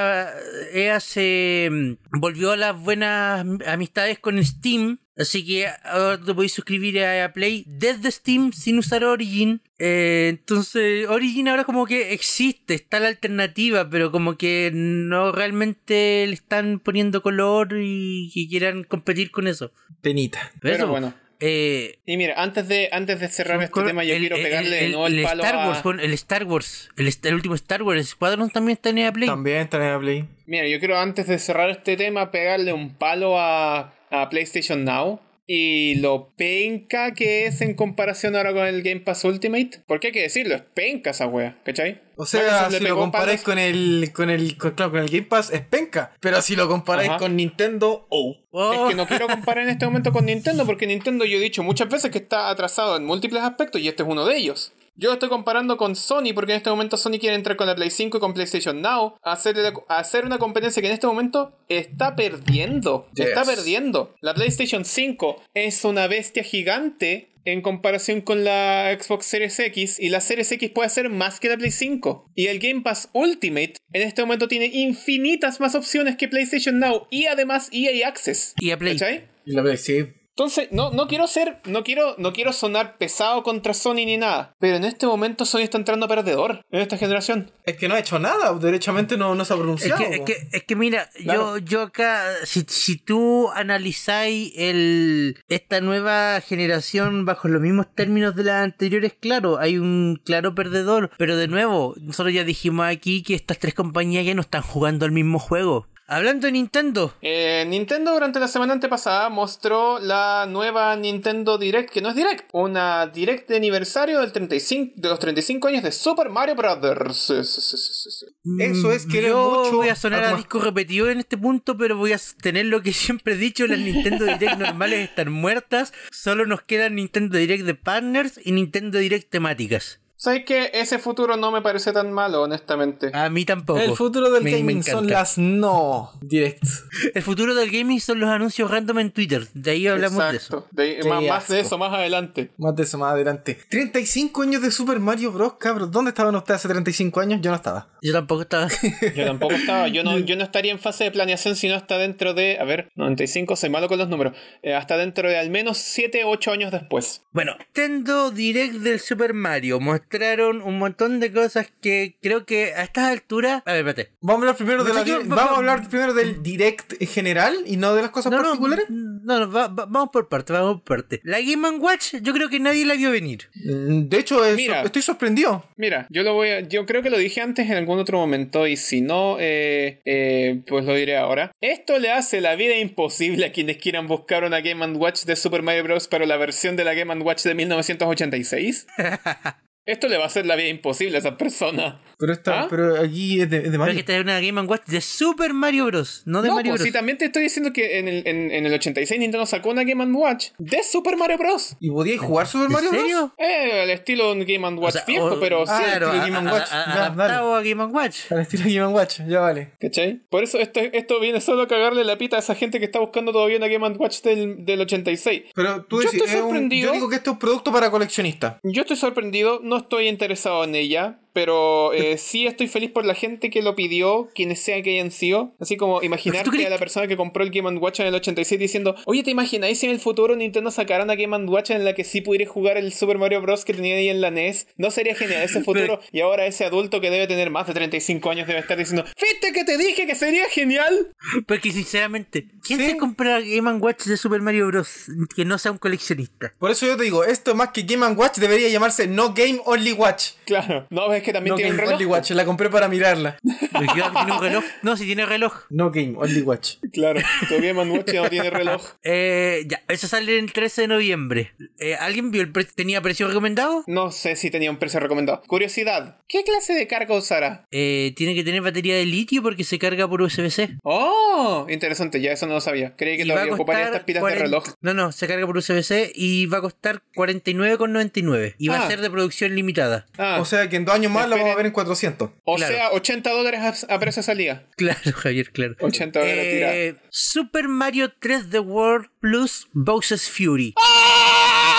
B: EA se mm, volvió a las buenas amistades con Steam. Así que ahora te podéis suscribir a EA Play desde Steam sin usar Origin. Eh, entonces, Origin ahora como que existe, está la alternativa, pero como que no realmente le están poniendo color y que quieran competir con eso.
C: Penita.
A: Pero
B: Eso,
A: bueno.
B: eh,
A: Y mira, antes de, antes de cerrar este
B: Cor-
A: tema, yo
B: el-
A: quiero
B: el-
A: pegarle de
B: el,
A: nuevo el,
B: el
A: palo
B: Star Wars,
A: a...
B: bueno, el Star Wars, el, est- el último Star Wars, Squadron también está en EA Play.
C: También está en la Play.
A: Mira, yo quiero antes de cerrar este tema pegarle un palo a, a PlayStation Now y lo penca que es en comparación ahora con el Game Pass Ultimate. Porque hay que decirlo, es penca esa wea, ¿cachai?
C: O sea,
A: Microsoft le
C: si lo
A: pegó
C: comparáis
A: palos-
C: con el, con el, con, claro, con el Game Pass, es penca. Pero si lo comparáis
A: Ajá.
C: con Nintendo, oh.
B: Oh,
A: Es que no quiero comparar en este momento con Nintendo porque Nintendo yo he dicho muchas veces que está atrasado en múltiples aspectos y este es uno de ellos. Yo lo estoy comparando con Sony porque en este momento Sony quiere entrar con la Play 5 y con PlayStation Now a hacer, a hacer una competencia que en este momento está perdiendo. Está
C: Yes.
A: perdiendo. La PlayStation 5 es una bestia gigante en comparación con la Xbox Series X y la Series X puede hacer más que la Play 5. Y el Game Pass Ultimate en este momento tiene infinitas más opciones que PlayStation Now y además EA Access.
B: EA Play.
A: ¿Cachai?
C: Y la Play, sí.
A: Entonces, no, no quiero ser, no quiero, no quiero sonar pesado contra Sony ni nada, pero en este momento Sony está entrando a perdedor en esta generación.
C: Es que no ha hecho nada, derechamente no, no se ha
B: Es
C: pronunciado.
B: que, es
C: po.
B: que- es que mira,
A: Claro.
B: yo, yo acá, si, si tú analizáis el, esta nueva generación bajo los mismos términos de las anteriores, claro, hay un claro perdedor. Pero de nuevo, nosotros ya dijimos aquí que estas tres compañías ya no están jugando al mismo juego. Hablando de Nintendo.
A: Eh, Nintendo durante la semana antepasada mostró la nueva Nintendo Direct, que no es Direct, una Direct de aniversario del 35, de los 35 años de Super Mario Bros. Sí, sí, sí, sí, sí.
C: Eso es querer
B: Mm, Yo
C: mucho
B: voy a sonar
C: a
B: a
C: tu-
B: disco repetido en este punto, pero voy a tener lo que siempre he dicho: las Nintendo Direct normales están muertas. Solo nos quedan Nintendo Direct de partners y Nintendo Direct temáticas.
A: ¿Sabes que Ese futuro no me parece tan malo, honestamente.
B: A mí tampoco.
C: El futuro del
B: Me- me
C: gaming son
B: encanta.
C: las no directs.
B: El futuro del gaming son los anuncios random en Twitter. De ahí hablamos de eso.
A: Exacto. De-
C: Qué
A: más, más de
C: asco.
A: eso más adelante.
C: Más de eso más adelante. 35 años de Super Mario Bros. Cabros, ¿dónde estaban ustedes hace 35 años? Yo no estaba.
B: Yo tampoco estaba.
A: Yo tampoco estaba, yo no, yo no estaría en fase de planeación sino hasta dentro de, a ver, 95, soy malo con los números, eh, hasta dentro de al menos 7, 8 años después.
B: Bueno, Nintendo Direct del Super Mario. Mostraron un montón de cosas que creo que a estas alturas. A ver, espérate.
C: Vamos a hablar primero de la-
B: Muchachos, va-
C: Vamos a
B: va-
C: hablar primero del direct en general y no de las cosas
B: No, no,
C: particulares.
B: no, no, va- va- vamos por parte, vamos por parte. La Game Watch, yo creo que nadie la vio venir.
C: Mm, De hecho, es-
A: Mira.
C: estoy sorprendido.
A: Mira, yo lo voy a, yo creo que lo dije antes en algún otro momento y si no, eh, eh, pues lo diré ahora. Esto le hace la vida imposible a quienes quieran buscar una Game Watch de Super Mario Bros. pero la versión de la Game Watch de 1986. Esto le va a hacer la vida imposible a esa persona.
C: Pero, está,
A: ¿Ah?
C: pero aquí es de, es de
B: Creo que
C: Mario.
B: esta es una Game Watch de Super Mario Bros. No de
A: No,
B: Mario
A: pues,
B: Bros.
A: sí, también te estoy diciendo que en el, en, en el 86 Nintendo sacó una Game Watch de Super Mario Bros.
C: ¿Y podías jugar Super
B: ¿En
C: Mario Bros?
B: serio?
A: Eh, el estilo de un Game Watch
B: O sea,
A: viejo,
B: o-
A: pero
C: ah,
A: sí.
C: claro,
B: a-
C: Game
B: a-
C: Watch.
B: a-
C: Ya,
B: adaptado a Game Watch.
C: Al estilo Game Watch, ya vale.
A: ¿Cachai? Por eso esto, esto viene solo a cagarle la pita a esa gente que está buscando todavía una Game Watch del, del 86.
C: Pero tú
A: Yo
C: decís,
A: estoy
C: es un-
A: sorprendido.
C: yo digo que esto es producto para coleccionistas.
A: Yo estoy sorprendido, no estoy interesado en ella, pero eh, sí estoy feliz por la gente que lo pidió, quienes sean que hayan sido. Así como
B: ¿Tú
A: imaginarte
B: crees
A: a la persona que compró el Game Watch en el 86 diciendo, oye, ¿te imagináis si en el futuro Nintendo sacara una Game Watch en la que sí pudiera jugar el Super Mario Bros. que tenía ahí en la NES? ¿No sería genial ese futuro? Y ahora ese adulto que debe tener más de 35 años debe estar diciendo, ¿viste que te dije que sería genial?
B: Porque sinceramente, ¿quién
C: Sí.
B: se compra Game Watch de Super Mario Bros. que no sea un coleccionista?
C: Por eso yo te digo, esto más que Game Watch debería llamarse No Game Only Watch.
A: Claro, no, es que también
C: No
A: tiene
C: Game
A: un
C: Only
A: reloj.
C: Watch, la compré para mirarla.
B: Porque tiene un reloj. No, si tiene reloj.
C: No Game Only Watch.
A: Claro, tu Game Watch ya no tiene reloj.
B: Eh, ya, eso sale el 13 de noviembre. Eh, ¿Alguien vio el pre- tenía precio recomendado?
A: No sé si tenía un precio recomendado. Curiosidad, ¿qué clase de carga usará?
B: Eh, tiene que tener batería de litio porque se carga por USB-C.
A: Oh, interesante, ya eso no lo sabía. Creí que
B: Y
A: lo
B: va a
A: ocuparía estas
B: costar
A: pilas
B: 40
A: de reloj.
B: No, no, se carga por USB-C y va a costar 49,99. Y va
A: Ah.
B: a ser de producción limitada.
A: Ah,
C: O sea que en dos años más la vamos a
A: Esperen.
C: ver en 400.
B: claro.
A: 80 dólares a, a precio de salida.
B: Claro, Javier, claro.
A: 80 dólares
B: Eh, Super Mario 3 The World Plus Bowser's Fury. ¡Ah!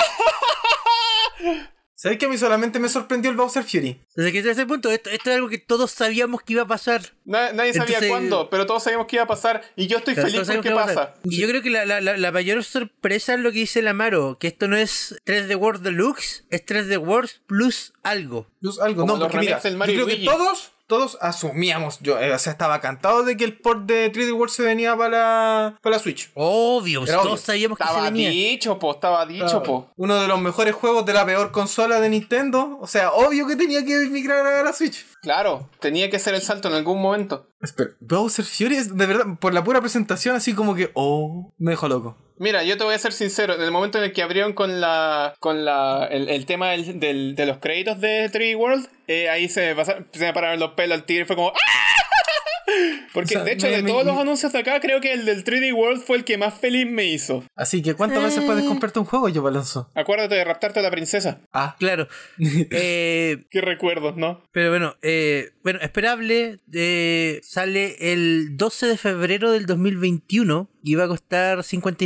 C: ¿Sabes que a mí solamente me sorprendió el Bowser Fury?
B: Desde que desde ese punto, esto, esto es algo que todos sabíamos que iba a pasar.
A: Na- nadie sabía
B: Entonces-
A: cuándo, pero todos sabíamos que iba a pasar y yo estoy
B: Claro,
A: feliz
B: todos sabemos
A: porque
B: que va a pasar.
A: pasa.
B: Y yo creo que la, la- la- la mayor sorpresa es lo que dice el Amaro, que esto no es 3D World Deluxe, es 3D World plus algo.
C: Luz, algo,
A: Como
C: no,
A: los
C: porque mira,
A: remakes del
C: yo
A: Mario y
C: creo que
A: Luigi.
C: todos, todos asumíamos, yo, eh, o sea, estaba cantado de que el port de 3D World se venía para la, para la Switch.
B: Obvio,
C: Era
B: todos
C: obvio.
B: sabíamos que se
A: Estaba
B: venía.
A: dicho, po, estaba dicho, po.
C: Uno de los mejores juegos de la peor consola de Nintendo. O sea, obvio que tenía que migrar a la Switch.
A: Claro, tenía que ser el salto en algún momento.
C: Espera, Bowser Fury es de verdad, por la pura presentación, así como que, oh, me dejó loco.
A: Mira, yo te voy a ser sincero, en el momento en el que abrieron con la con la el, el tema del, del- de los créditos de 3D World, eh, ahí se me, pasa- se me pararon los pelos al tiro y fue como ¡Ah! Porque
C: O sea,
A: de hecho
C: me-
A: de
C: me-
A: todos
C: me-
A: los anuncios de acá creo que el del 3D World fue el que más feliz me hizo.
C: Así que, ¿cuántas veces puedes comprarte un juego, yo, Alonso?
A: Acuérdate de raptarte a la princesa.
C: Ah,
B: Claro. Eh,
A: Qué recuerdos, ¿no?
B: pero bueno, eh, bueno, esperable. eh, sale el 12 de febrero del 2021 y va a costar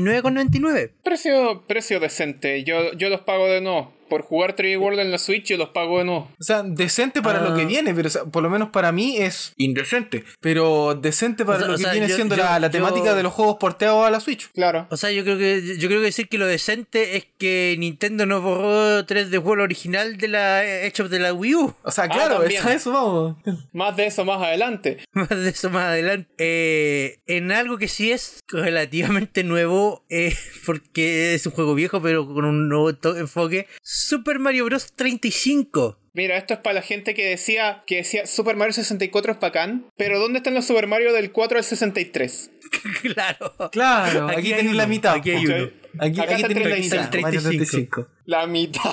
B: 59,99.
A: Precio precio decente. Yo yo los pago de no. Por jugar 3D World en la Switch yo los pago de no.
C: O sea, decente para
B: Ah.
C: lo que viene, pero o sea, por lo menos para mí es indecente. Pero decente para
B: O sea-
C: lo
B: o
C: que
B: sea,
C: viene
B: yo-
C: siendo
B: yo-
C: la, la
B: yo-
C: temática de los juegos porteados a la Switch.
A: Claro.
B: O sea, yo creo que yo creo que decir que lo decente es que Nintendo no borró 3D World original de la eh, hecho de la Wii U.
C: O sea, claro,
A: también.
C: es a eso vamos.
A: Más de eso más adelante.
B: Más de eso más adelante. Eh, en algo que sí es relativamente nuevo, eh, porque es un juego viejo, pero con un nuevo to- enfoque. Super Mario Bros. 35.
A: Mira, esto es para la gente que decía que decía Super Mario 64 es bacán, pero ¿dónde están los Super Mario del 4 al 63?
B: claro.
C: Claro,
B: Aquí
C: aquí,
B: hay
C: tenéis la
B: uno,
C: mitad.
B: aquí hay
C: po.
B: uno.
C: Aquí,
A: Acá
C: aquí
A: está el
C: tenéis
A: 35.
C: la mitad. Mario 35.
A: La mitad.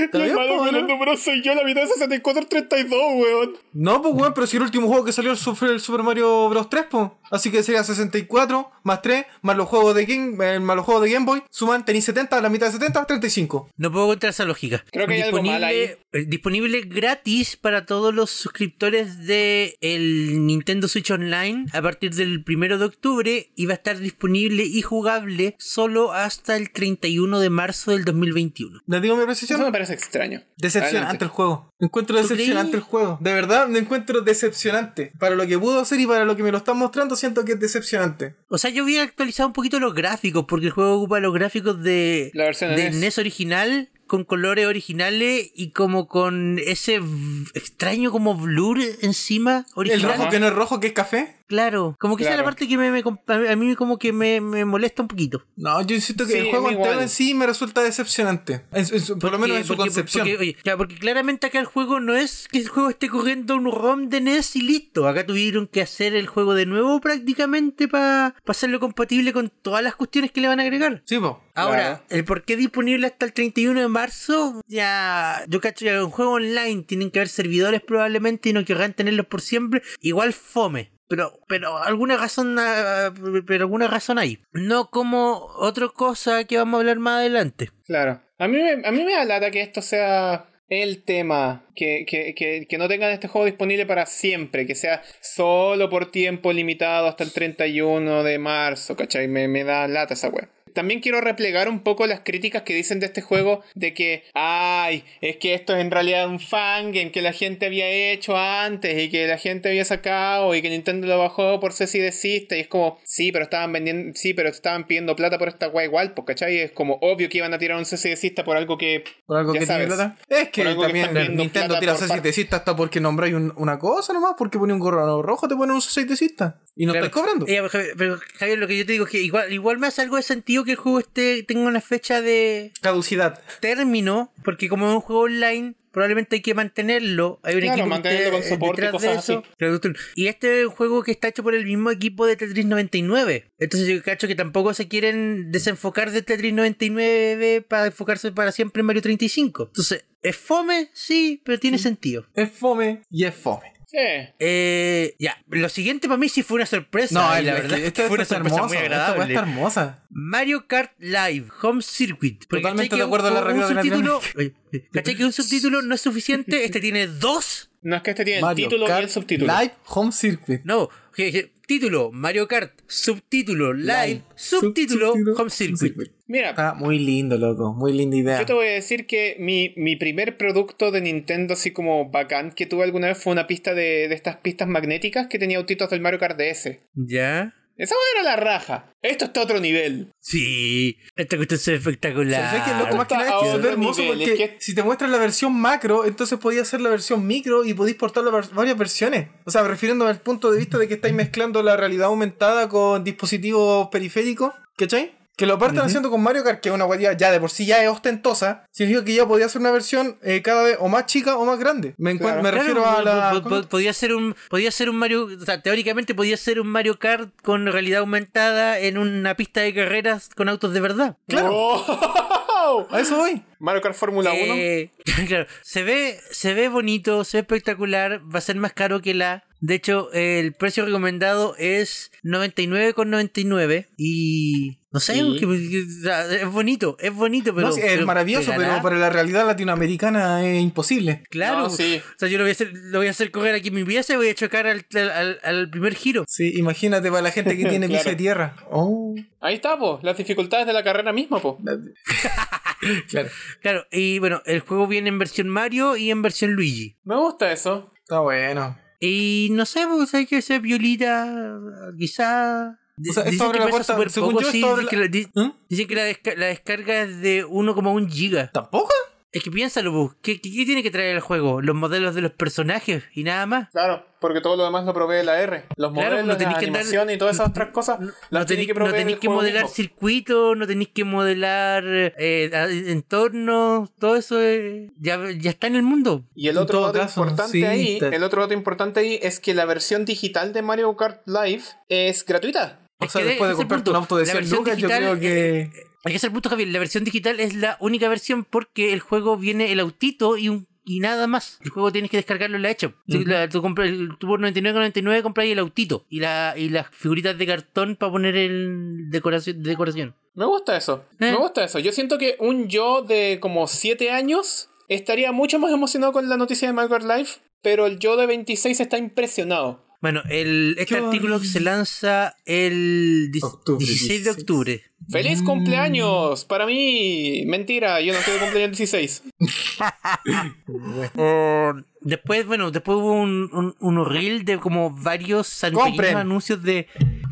C: ¿Está
A: El
C: bien,
A: malo
C: po,
A: con el
C: no?
A: número soy yo, la mitad de 64 al 32, weón.
C: No, pues weón, pero si el último juego que salió fue el Super Mario Bros. 3, pues. Así que sería 64 más 3 más los juegos de Game, eh, más los juegos de Game Boy. Suman, tenéis 70, la mitad de 70, 35.
B: No puedo encontrar esa lógica.
A: Creo que hay algo mal ahí.
B: eh, Disponible gratis para todos los suscriptores de el Nintendo Switch Online a partir del 1 de octubre y va a estar disponible y jugable solo hasta el 31 de marzo del 2021.
C: ¿Les digo mi
A: Eso me
C: precisión?
A: parece extraño.
C: Decepcionante el
A: Adelante.
C: juego. Encuentro
B: ¿Tú
C: decepcionante
B: creí?
C: el juego. De verdad, me encuentro decepcionante. Para lo que pudo hacer y para lo que me lo están mostrando, siento que es decepcionante.
B: O sea, yo había actualizado un poquito los gráficos porque el juego ocupa los gráficos de,
A: La versión de E
B: de
A: NES.
B: NES original con colores originales y como con ese v- extraño como blur encima
C: El
B: original.
C: rojo que no es rojo, que es café.
B: Claro, como que esa es la
A: Claro.
B: parte que me, me comp- a mí como que me, me molesta un poquito.
C: No, yo insisto que
A: Sí,
C: el juego
A: a mí
C: entero
A: igual.
C: en sí me resulta decepcionante. En su- en su- por lo menos en su
B: Porque- porque-
C: concepción.
B: Porque, oye, claro, porque claramente acá el juego no es que el juego esté corriendo un ROM de NES y listo. Acá tuvieron que hacer el juego de nuevo prácticamente para hacerlo compatible con todas las cuestiones que le van a agregar.
C: Sí, po.
B: Ahora,
A: Claro.
B: el por qué disponible hasta el 31 de marzo, ya, yo cacho, ya un juego online tienen que haber servidores probablemente y no querrán tenerlos por siempre, igual fome. Pero, pero alguna razón, ah, pero alguna razón hay. No como otra cosa que vamos a hablar más adelante.
A: Claro. A mí, me- a mí me alata que esto sea el tema, que, que, que, que no tengan este juego disponible para siempre, que sea solo por tiempo limitado hasta el 31 de marzo, ¿cachai? Me, me da lata esa wea. También quiero replegar un poco las críticas que dicen de este juego de que, ay, es que esto es en realidad un fangame que la gente había hecho antes y que la gente había sacado y que Nintendo lo bajó por si desiste. Y es como, sí, pero estaban vendiendo, sí, pero estaban pidiendo plata por esta wea igual, pues, ¿cachai? Es como obvio que iban a tirar un cesi desista por algo que.
C: Por algo
A: ya
C: que tiene
A: sabes.
C: plata. Es que
A: Por algo que
C: también
A: están pidiendo
C: Nintendo
A: plata
C: tira
A: por
C: seis
A: parte.
C: desista hasta porque nombráis un- una cosa nomás, porque pone un gorro rojo, te ponen un seis desista. Y no
B: Claro.
C: estáis cobrando.
B: Eh, Javier, pero Javier, lo que yo te digo es que igual, igual me hace algo de sentido que el juego esté, tenga una fecha de
C: Caducidad.
B: término, porque como es un juego online, probablemente hay que mantenerlo. Hay un
A: Claro,
B: equipo que
A: mantenerlo
B: esté,
A: con
B: eh,
A: soporte y
B: detrás de
A: cosas
B: eso.
A: así.
B: Productor. Y este es un juego que está hecho por el mismo equipo de Tetris 99. Entonces yo cacho que tampoco se quieren desenfocar de Tetris 99 para enfocarse para siempre en Mario 35. Entonces, ¿es fome? Sí, pero tiene sentido.
C: Es fome y es fome.
A: Sí.
B: Eh, ya, lo siguiente para mí sí fue una sorpresa.
C: No,
B: y
C: es-
B: la
C: es que
B: verdad es
C: esto-
B: que fue
C: esto
B: una
C: está
B: sorpresa
C: hermoso.
B: muy
C: Esta weá
B: agradable.
C: está hermosa.
B: Mario Kart Live, Home Circuit. Porque
C: Totalmente
B: ¿cachai que
C: de acuerdo
B: un-
C: en la
B: un
C: realidad de la
B: subtítulo- Oye, ¿Cachai que un subtítulo no es suficiente? Este tiene dos.
A: No es que este tiene
C: Mario
A: el título y
C: Kart
A: el subtítulo.
C: Live Home Circuit.
B: No, que- que- título Mario Kart, subtítulo Live, subtítulo, Home Circuit.
A: Mira,
C: Está muy lindo, loco. Muy linda idea.
A: Yo te voy a decir que mi, mi primer producto de Nintendo, así como bacán, que tuve alguna vez fue una pista de, de estas pistas magnéticas que tenía autitos del Mario Kart DS.
B: ¿Ya?
A: Esa weá era la raja. Esto está a otro nivel.
B: Sí, esta cuestión es espectacular.
C: ¿Sabes qué? Lo que más que nada es que
A: Ahora,
C: se ve hermoso
A: nivel,
C: porque
A: es que-
C: si te muestran la versión macro, entonces podías hacer la versión micro y podías portarla a varias versiones. O sea, refiriéndome al punto de vista de que estáis mezclando la realidad aumentada con dispositivos periféricos, ¿cachai? Que lo partan haciendo con Mario Kart, que es una guardia ya de por sí ya es ostentosa, significa que ya podía hacer una versión eh, cada vez o más chica o más grande. Me, encuent-
A: Claro.
C: me
B: Claro,
C: refiero
B: po-
C: a la.
B: po- po- podía ser un podía ser un Mario o sea, teóricamente podía ser un Mario Kart con realidad aumentada en una pista de carreras con autos de verdad
C: Claro.
A: ¡Wow!
C: A eso voy.
A: Mario Kart Fórmula 1.
B: Eh, claro, se ve, se ve bonito, se ve espectacular, va a ser más caro que la. De hecho, el precio recomendado es 99,99 y no sé,
A: Sí.
B: que- que- o sea, es bonito, es bonito, pero
C: No, sí, es maravilloso,
B: ¿pegará?
C: pero para la realidad latinoamericana es imposible.
B: claro,
A: No, sí.
B: o sea, yo lo voy a hacer, lo voy a hacer correr aquí en mi pieza y voy a chocar al, al- al primer giro.
C: Sí, imagínate para la gente que tiene piso
A: Claro.
C: de tierra. Oh.
A: Ahí está, po. Las dificultades de la carrera misma, po.
C: Claro.
B: Claro, y bueno, el juego viene en versión Mario y en versión Luigi.
A: Me gusta eso.
C: Está bueno.
B: Y no sé, pues hay que ser violita, quizá.
C: O sea, esto
B: Dicen
C: abre
B: que
C: la
B: pesa
C: puerta-
B: súper
C: según
B: poco,
C: yo,
B: sí, dicen
C: esto abre
B: que
C: la-
B: la- di-
C: ¿Mm?
B: dicen que la, desca- la descarga es de 1,1 giga.
C: ¿Tampoco?
B: Es que piénsalo, bu, ¿qué, qué, qué tiene que traer el juego? Los modelos de los personajes y nada más.
A: Claro, porque todo lo demás lo provee la R. Los
B: Claro,
A: modelos,
B: no tenés
A: la
B: que andar-
A: animación y todas esas otras cosas las
B: No
A: tiene
B: tenéis
A: que
B: que,
A: proveer el juego
B: modelar
A: mismo.
B: circuitos, no tenéis que modelar eh, a- entornos, todo eso eh, ya, ya está en el mundo.
A: Y el
C: En
A: otro
C: todo
A: dato
C: caso,
A: importante
C: sí,
A: ahí,
C: te-
A: el otro dato importante ahí es que la versión digital de Mario Kart Live es gratuita.
C: O
B: Es
C: sea,
B: que de-
C: después de
B: ese
C: comprarte un
B: punto,
C: auto de
B: la
C: 100
B: versión
C: lucas, yo creo
B: digital, eh,
C: que.
B: Hay que hacer punto, Javier. La versión digital es la única versión porque el juego viene el autito y un y nada más. El juego tienes que descargarlo en la hecho. Tú,
C: Ujú.
B: la- tú compras el- tú por 99,99 compras ahí el autito y, la, y las figuritas de cartón para poner el decoración, de decoración.
A: Me gusta eso.
B: Eh.
A: Me gusta eso. Yo siento que un yo de como 7 años estaría mucho más emocionado con la noticia de Mario Kart Live, pero el yo de 26 está impresionado.
B: Bueno, el, este
C: Qué
B: artículo se lanza el dis-
C: Octubre,
B: 16 de
C: 16.
B: octubre. Mm.
A: ¡Feliz cumpleaños! Para mí, mentira, yo no estoy de cumpleaños 16.
B: O- después, bueno, después hubo un, un, un reel de como varios san-
C: Compren.
B: pequeños anuncios de, de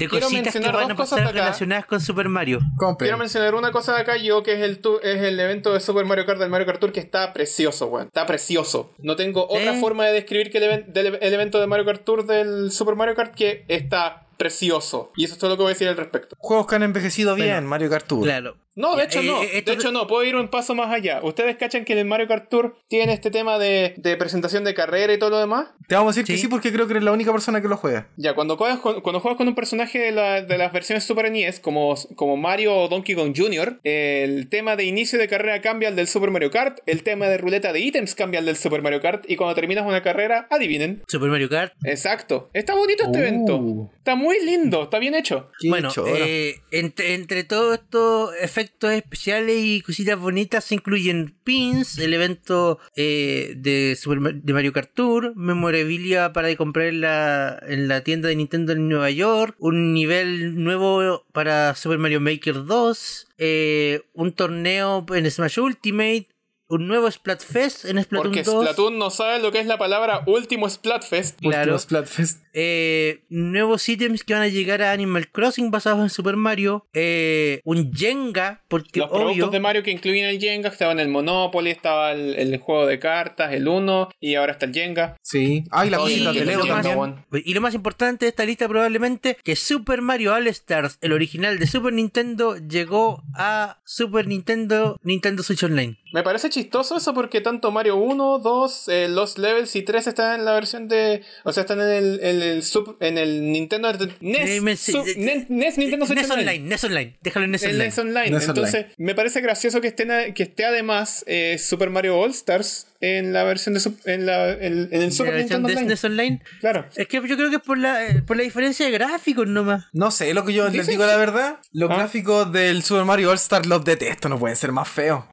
A: Quiero
B: cositas que
A: mencionar
B: van
A: dos
B: a
A: cosas de
B: pasar
A: acá.
B: relacionadas con Super Mario.
C: Compre.
A: Quiero mencionar una cosa de acá, yo que es el, tu- es el evento de Super Mario Kart del Mario Kart Tour que está precioso, weón. Está precioso. No tengo otra
B: Eh.
A: forma de describir que el, even- del- el evento de Mario Kart Tour del Super Mario Kart que está precioso. Y eso es todo lo que voy a decir al respecto.
C: Juegos que han envejecido
B: Bueno,
C: bien, Mario Kart Tour.
B: Claro.
A: No, de
B: Ya,
A: hecho
B: eh,
A: no.
B: eh, esto
A: De hecho no, puedo ir un paso más allá. ¿Ustedes cachan que el Mario Kart Tour tiene este tema de, de presentación de carrera y todo lo demás?
C: Te vamos a decir que
B: Sí.
C: sí porque creo que eres la única persona que lo juega.
A: Ya, cuando juegas con, cuando juegas con un personaje de, la- de las versiones Super NES, como, como Mario o Donkey Kong Jr., el tema de inicio de carrera cambia al del Super Mario Kart, el tema de ruleta de ítems cambia al del Super Mario Kart, y cuando terminas una carrera, adivinen.
B: Super Mario Kart.
A: Exacto. Está bonito este
C: Uh.
A: evento. Está muy lindo, está bien hecho.
C: Qué
B: bueno,
C: choro.
B: eh, entre, entre todos estos efectos especiales y cositas bonitas se incluyen pins, el evento eh, de, Super Ma- de Mario Kart Tour, memorabilia para comprar en la, en la tienda de Nintendo en Nueva York, un nivel nuevo para Super Mario Maker 2, eh, un torneo en Smash Ultimate, un nuevo Splatfest en Splatoon
A: Porque
B: 2.
A: Splatoon no sabe lo que es la palabra último Splatfest.
C: Último
B: claro.
C: Splatfest.
B: Eh, nuevos ítems que van a llegar a Animal Crossing basados en Super Mario. Eh, un Jenga, porque
A: Los
B: obvio.
A: productos de Mario que incluyen el Jenga, estaban el Monopoly, estaba el, el juego de cartas, el Uno, y ahora está el Jenga.
C: Sí. Ay, la
A: Todo
C: cosita
A: sí,
C: de
A: el
C: Lego
A: Jenga,
C: también.
A: weón.
B: Y lo más importante de esta lista probablemente que Super Mario All Stars, el original de Super Nintendo, llegó a Super Nintendo Nintendo Switch Online.
A: Me parece chistoso eso porque tanto Mario 1, 2, eh, los levels y 3 están en la versión de. O sea, están en el, en el, sub- en el Nintendo.
B: Eh,
A: NES,
B: me-
A: sub- E
B: eh,
A: Nen- NES Nintendo Switch Eh,
B: NES E Online, NES Online, déjalo en NES
A: El
B: Online.
A: NES E Online.
C: NES
A: Entonces, me parece gracioso que, estén a- que esté además eh, Super Mario All Stars en la versión de. sub- en, la, en, en el
B: La
A: Super
B: versión
A: Nintendo
B: de E
A: Online.
B: NES Online.
A: Claro.
B: Es que yo creo que es por la, eh, por la diferencia de gráficos nomás.
C: No sé, lo que yo les
A: Dicen
C: digo la verdad, los
A: ¿Ah?
C: gráficos del Super Mario All Star los detesto, no pueden ser más feos.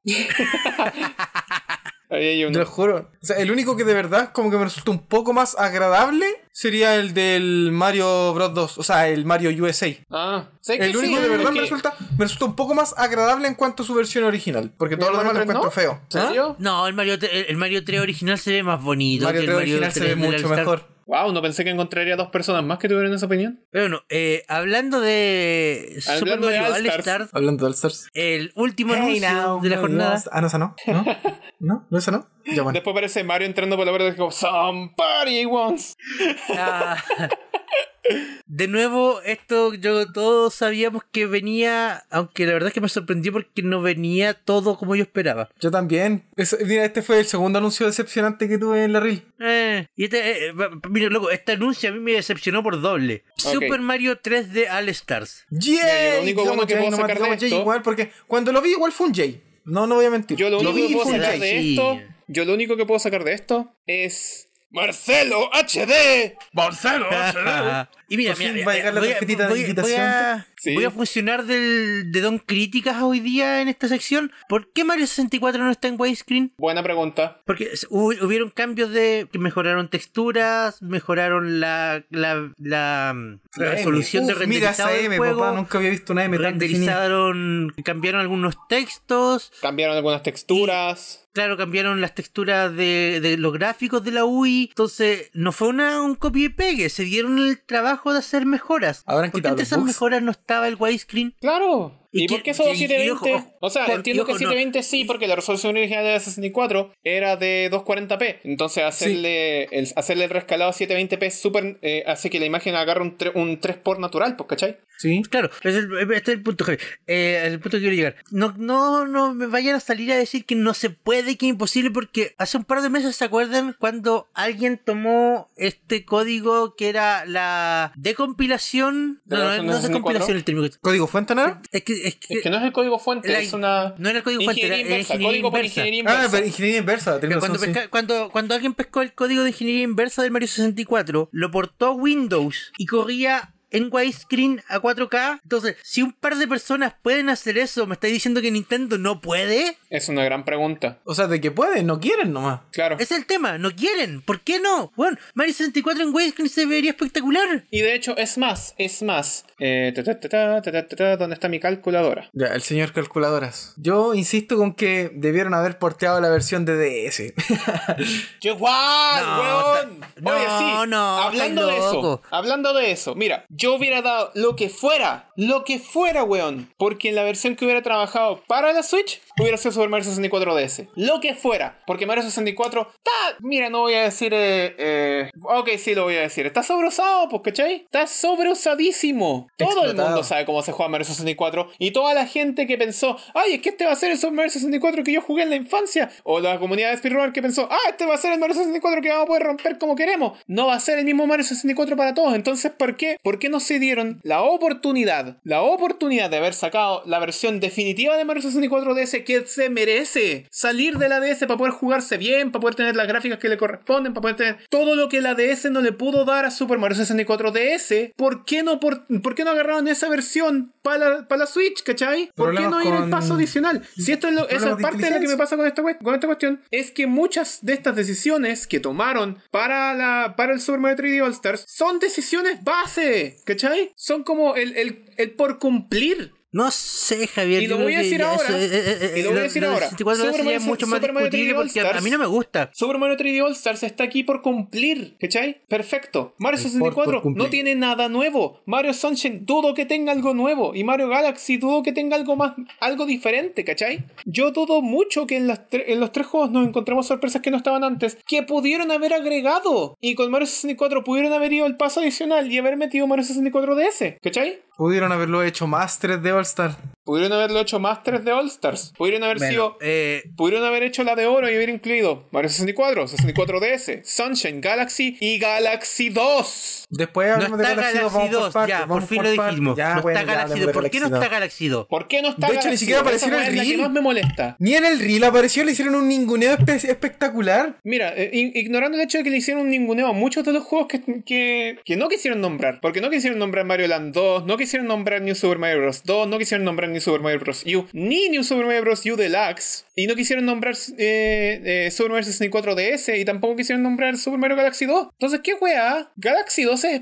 A: Ahí hay
C: Te
A: uno.
C: lo juro. O sea, el único que de verdad como que me resulta un poco más agradable sería el del Mario Bros 2, o sea, el Mario USA.
A: Ah, sé que
C: El único
A: sí,
C: de verdad
A: porque-
C: me resulta me resulta un poco más agradable en cuanto a su versión original, porque todo lo
A: Mario
C: demás
A: 3 no?
C: lo encuentro feo. ¿ah?
A: ¿En serio?
B: No, el Mario, tre- el, el Mario 3 original se ve más bonito.
C: Mario
B: que
C: 3
B: el
C: original se ve
B: 3 del
C: mucho
B: All-Star.
C: mejor.
A: Wow, no pensé que encontraría dos personas más que tuvieran esa opinión.
B: Pero bueno, eh, hablando de Super
A: Hablando de
B: Mario All
A: All-Stars.
B: Stars,
C: Hablando de All Stars.
B: el último
C: Hey
B: anuncio
C: now,
B: de la
C: Mario
B: jornada.
C: All-Stars. Ah, no, esa no. ¿No? ¿No? ¿No esa no? Ya bueno.
A: Después aparece Mario entrando por la puerta y dijo, Somebody once.
B: Ah. De nuevo, esto yo todos sabíamos que venía, aunque la verdad es que me sorprendió porque no venía todo como yo esperaba.
C: Yo también. Eso- mira, este fue el segundo anuncio decepcionante que tuve en la reel.
B: Eh, y este, eh, va- mira, loco, este anuncio a mí me decepcionó por doble.
A: Ok.
B: Super Mario 3D All Stars.
A: Mira,
C: ¡Yay!
A: yo lo único
C: Digamos
A: bueno que puedo
C: ahí nomás
A: sacar de
C: digamos Jay
A: esto-
C: igual, porque cuando lo vi igual fue un Jay. No, no voy a mentir.
A: Yo lo
C: Lo
A: único
C: vi
A: que
C: y
A: puedo
C: fue un
A: sacar
C: Jay.
A: de
B: sí.
A: esto, yo lo único que puedo sacar de esto es Marcelo HD. Marcelo
B: y mira,
C: Por
B: mira,
C: fin
B: mira, eh,
C: va a llegar la
B: voy, a-
C: tarjetita de
B: voy a- voy a,
A: Sí.
B: voy a funcionar del, de Don Críticas hoy día en esta sección. ¿Por qué Mario 64 no está en widescreen?
A: Buena pregunta.
B: Porque s- hu- hubieron cambios de que mejoraron texturas, mejoraron la, la, la, mm, la
C: AM.
B: resolución de
C: Uf, Mira
B: renderizado
C: esa
B: del
C: M,
B: juego,
C: papá, nunca había visto una M tan definida.
B: renderizaron, cambiaron algunos textos,
A: Cambiaron algunas texturas.
B: claro, cambiaron las texturas de, de los gráficos de la UI, entonces no fue una, un copia y pegue, se dieron el trabajo de hacer mejoras.
C: Habrán
B: Porque
C: quitado
B: antes
C: los
B: esas
C: bugs.
B: mejoras no estaba el widescreen.
A: Claro. ¿Y, por qué solo
B: y- y- y
A: 720?
B: ojo,
A: o sea,
B: por- y
A: entiendo que
B: ojo, no.
A: 720 sí, porque la resolución original de la 64 era de 240p. Entonces, hacerle, el, hacerle el rescalado a 720p es súper, eh, hace que la imagen agarre un, tre- un 3 por natural, pues, ¿cachai?
C: Sí.
B: Claro, es el- este es el punto, Javi. Eh, el punto que quiero llegar. No, no, no me vayan a salir a decir que no se puede, que es imposible, porque hace un par de meses, ¿se acuerdan? Cuando alguien tomó este código que era la decompilación.
A: ¿De
B: No,
A: la
B: no,
A: versión
B: no es
A: 64?
B: decompilación el término. que-
C: ¿Código fuente, no?
B: Es que, es que,
A: Es que no es el código fuente,
B: la-
A: es una.
B: no era el código fuente, era
A: inversa,
B: ingeniería
A: código por
B: inversa.
A: ingeniería
C: Ah,
A: inversa.
C: pero ingeniería inversa. tenés
B: Pero cuando,
C: razón, sí.
B: pesca- cuando, cuando alguien pescó el código de ingeniería inversa del Mario 64, lo portó a Windows y corría en widescreen a 4K. Entonces, si un par de personas pueden hacer eso, ¿me estáis diciendo que Nintendo no puede?
A: Es una gran pregunta.
C: O sea, de que pueden, no quieren nomás.
A: Claro.
B: Es el tema, no quieren. ¿Por qué no? Bueno, Mario 64 en widescreen se vería espectacular.
A: Y de hecho, es más, es más. Eh, ta, ta, ta, ta, ta, ta, ta, ta, ¿Dónde está mi calculadora?
C: Ya, el señor calculadoras. Yo insisto con que debieron haber porteado la versión de DS.
A: ¡Qué guay,
B: No,
A: weón!
B: ta- no,
A: Oye, sí,
B: no,
A: hablando de
B: estás
A: eso,
B: loco.
A: hablando de eso, mira, yo hubiera dado lo que fuera, lo que fuera, weón, porque en la versión que hubiera trabajado para la Switch, hubiera sido Super Mario 64 DS. Lo que fuera, porque Mario 64, ta, mira, no voy a decir, eh, eh, ok, sí lo voy a decir, está sobreusado, pues, ¿cachai? Está sobreusadísimo. Todo el
C: Explotado.
A: mundo sabe cómo se juega Mario 64 y toda la gente que pensó, ay, es que este va a ser el Super Mario 64 que yo jugué en la infancia, o la comunidad de Speedrunner que pensó, ah, este va a ser el Mario 64 que vamos a poder romper como queremos, no va a ser el mismo Mario 64 para todos, entonces, ¿por qué? ¿Por qué no se dieron la oportunidad, la oportunidad de haber sacado la versión definitiva de Mario 64 DS que se merece? Salir de la DS para poder jugarse bien, para poder tener las gráficas que le corresponden, para poder tener todo lo que la DS no le pudo dar a Super Mario 64 DS, ¿por qué no, por, ¿por qué no agarraron esa versión para la, pa' la Switch, cachai? ¿Por
C: Problemas
A: qué no ir el
C: con-
A: paso adicional? Si esto es lo- eso es
C: Problemas de
A: parte de lo que me
C: inteligencia.
A: pasa con esta, cue- con esta cuestión, es que muchas de estas decisiones que tomaron para, la, para el Super Mario 3D All Stars son decisiones base, ¿cachai? Son como el, el, el por cumplir.
B: No sé, Javier.
A: Y lo
B: yo
A: voy a
B: creo que
A: decir
B: ya
A: ahora,
B: eso, eh,
A: y lo voy a decir
B: del
A: ahora.
B: 64
A: Super
B: sería
A: Mario-
B: mucho más
A: Super Mario 3D
B: discutible porque
A: All-Stars.
B: a mí no me gusta.
A: Super Mario 3D All Stars está aquí por cumplir, ¿cachai? Perfecto. Mario
C: Ay, por-
A: 64
C: por cumplir.
A: no tiene nada nuevo. Mario Sunshine dudo que tenga algo nuevo. Y Mario Galaxy dudo que tenga algo más, algo diferente, ¿cachai? Yo dudo mucho que en, las tre- en los tres juegos nos encontremos sorpresas que no estaban antes, que pudieron haber agregado. Y con Mario 64 pudieron haber ido el paso adicional y haber metido Mario 64 DS, ¿cachai?
C: Pudieron haberlo hecho más 3D All Star.
A: Pudieron haberlo hecho más 3 de All Stars. Pudieron haber sido
B: Bueno, eh,
A: Pudieron haber hecho la de oro y haber incluido Mario 64, 64 DS, Sunshine, Galaxy y Galaxy 2.
C: Después
B: No
C: hablamos
B: está
C: de Galaxy 2,
B: Galaxy
C: vamos
B: 2,
C: por partes,
B: ya, por
C: vamos
B: fin
C: por
B: lo
C: partes.
B: dijimos.
C: Ya,
B: no
C: bueno, ya
B: está Galaxy
C: hablemos
B: 2.
C: de
B: ¿Por qué no
C: 2.
B: está Galaxy 2?
A: ¿Por qué no está
C: De hecho, ni
A: Galaxy
C: siquiera
A: 2?
C: apareció
A: Esa
C: en
A: weá
C: el
A: es la que
C: reel.
A: más me molesta.
C: Ni en el reel apareció, le hicieron un ninguneo espe- espectacular.
A: Mira, eh, in- ignorando el hecho de que le hicieron un ninguneo a muchos de los juegos que, que, que no quisieron nombrar. Porque no quisieron nombrar Mario Land 2, no quisieron nombrar New Super Mario Bros. 2, no quisieron nombrar New Super Mario Bros. U, ni New Super Mario Bros. U Deluxe. Y no quisieron nombrar eh, eh, Super Mario 64 DS y tampoco quisieron nombrar Super Mario Galaxy 2. Entonces, ¿qué weá? Galaxy 2 es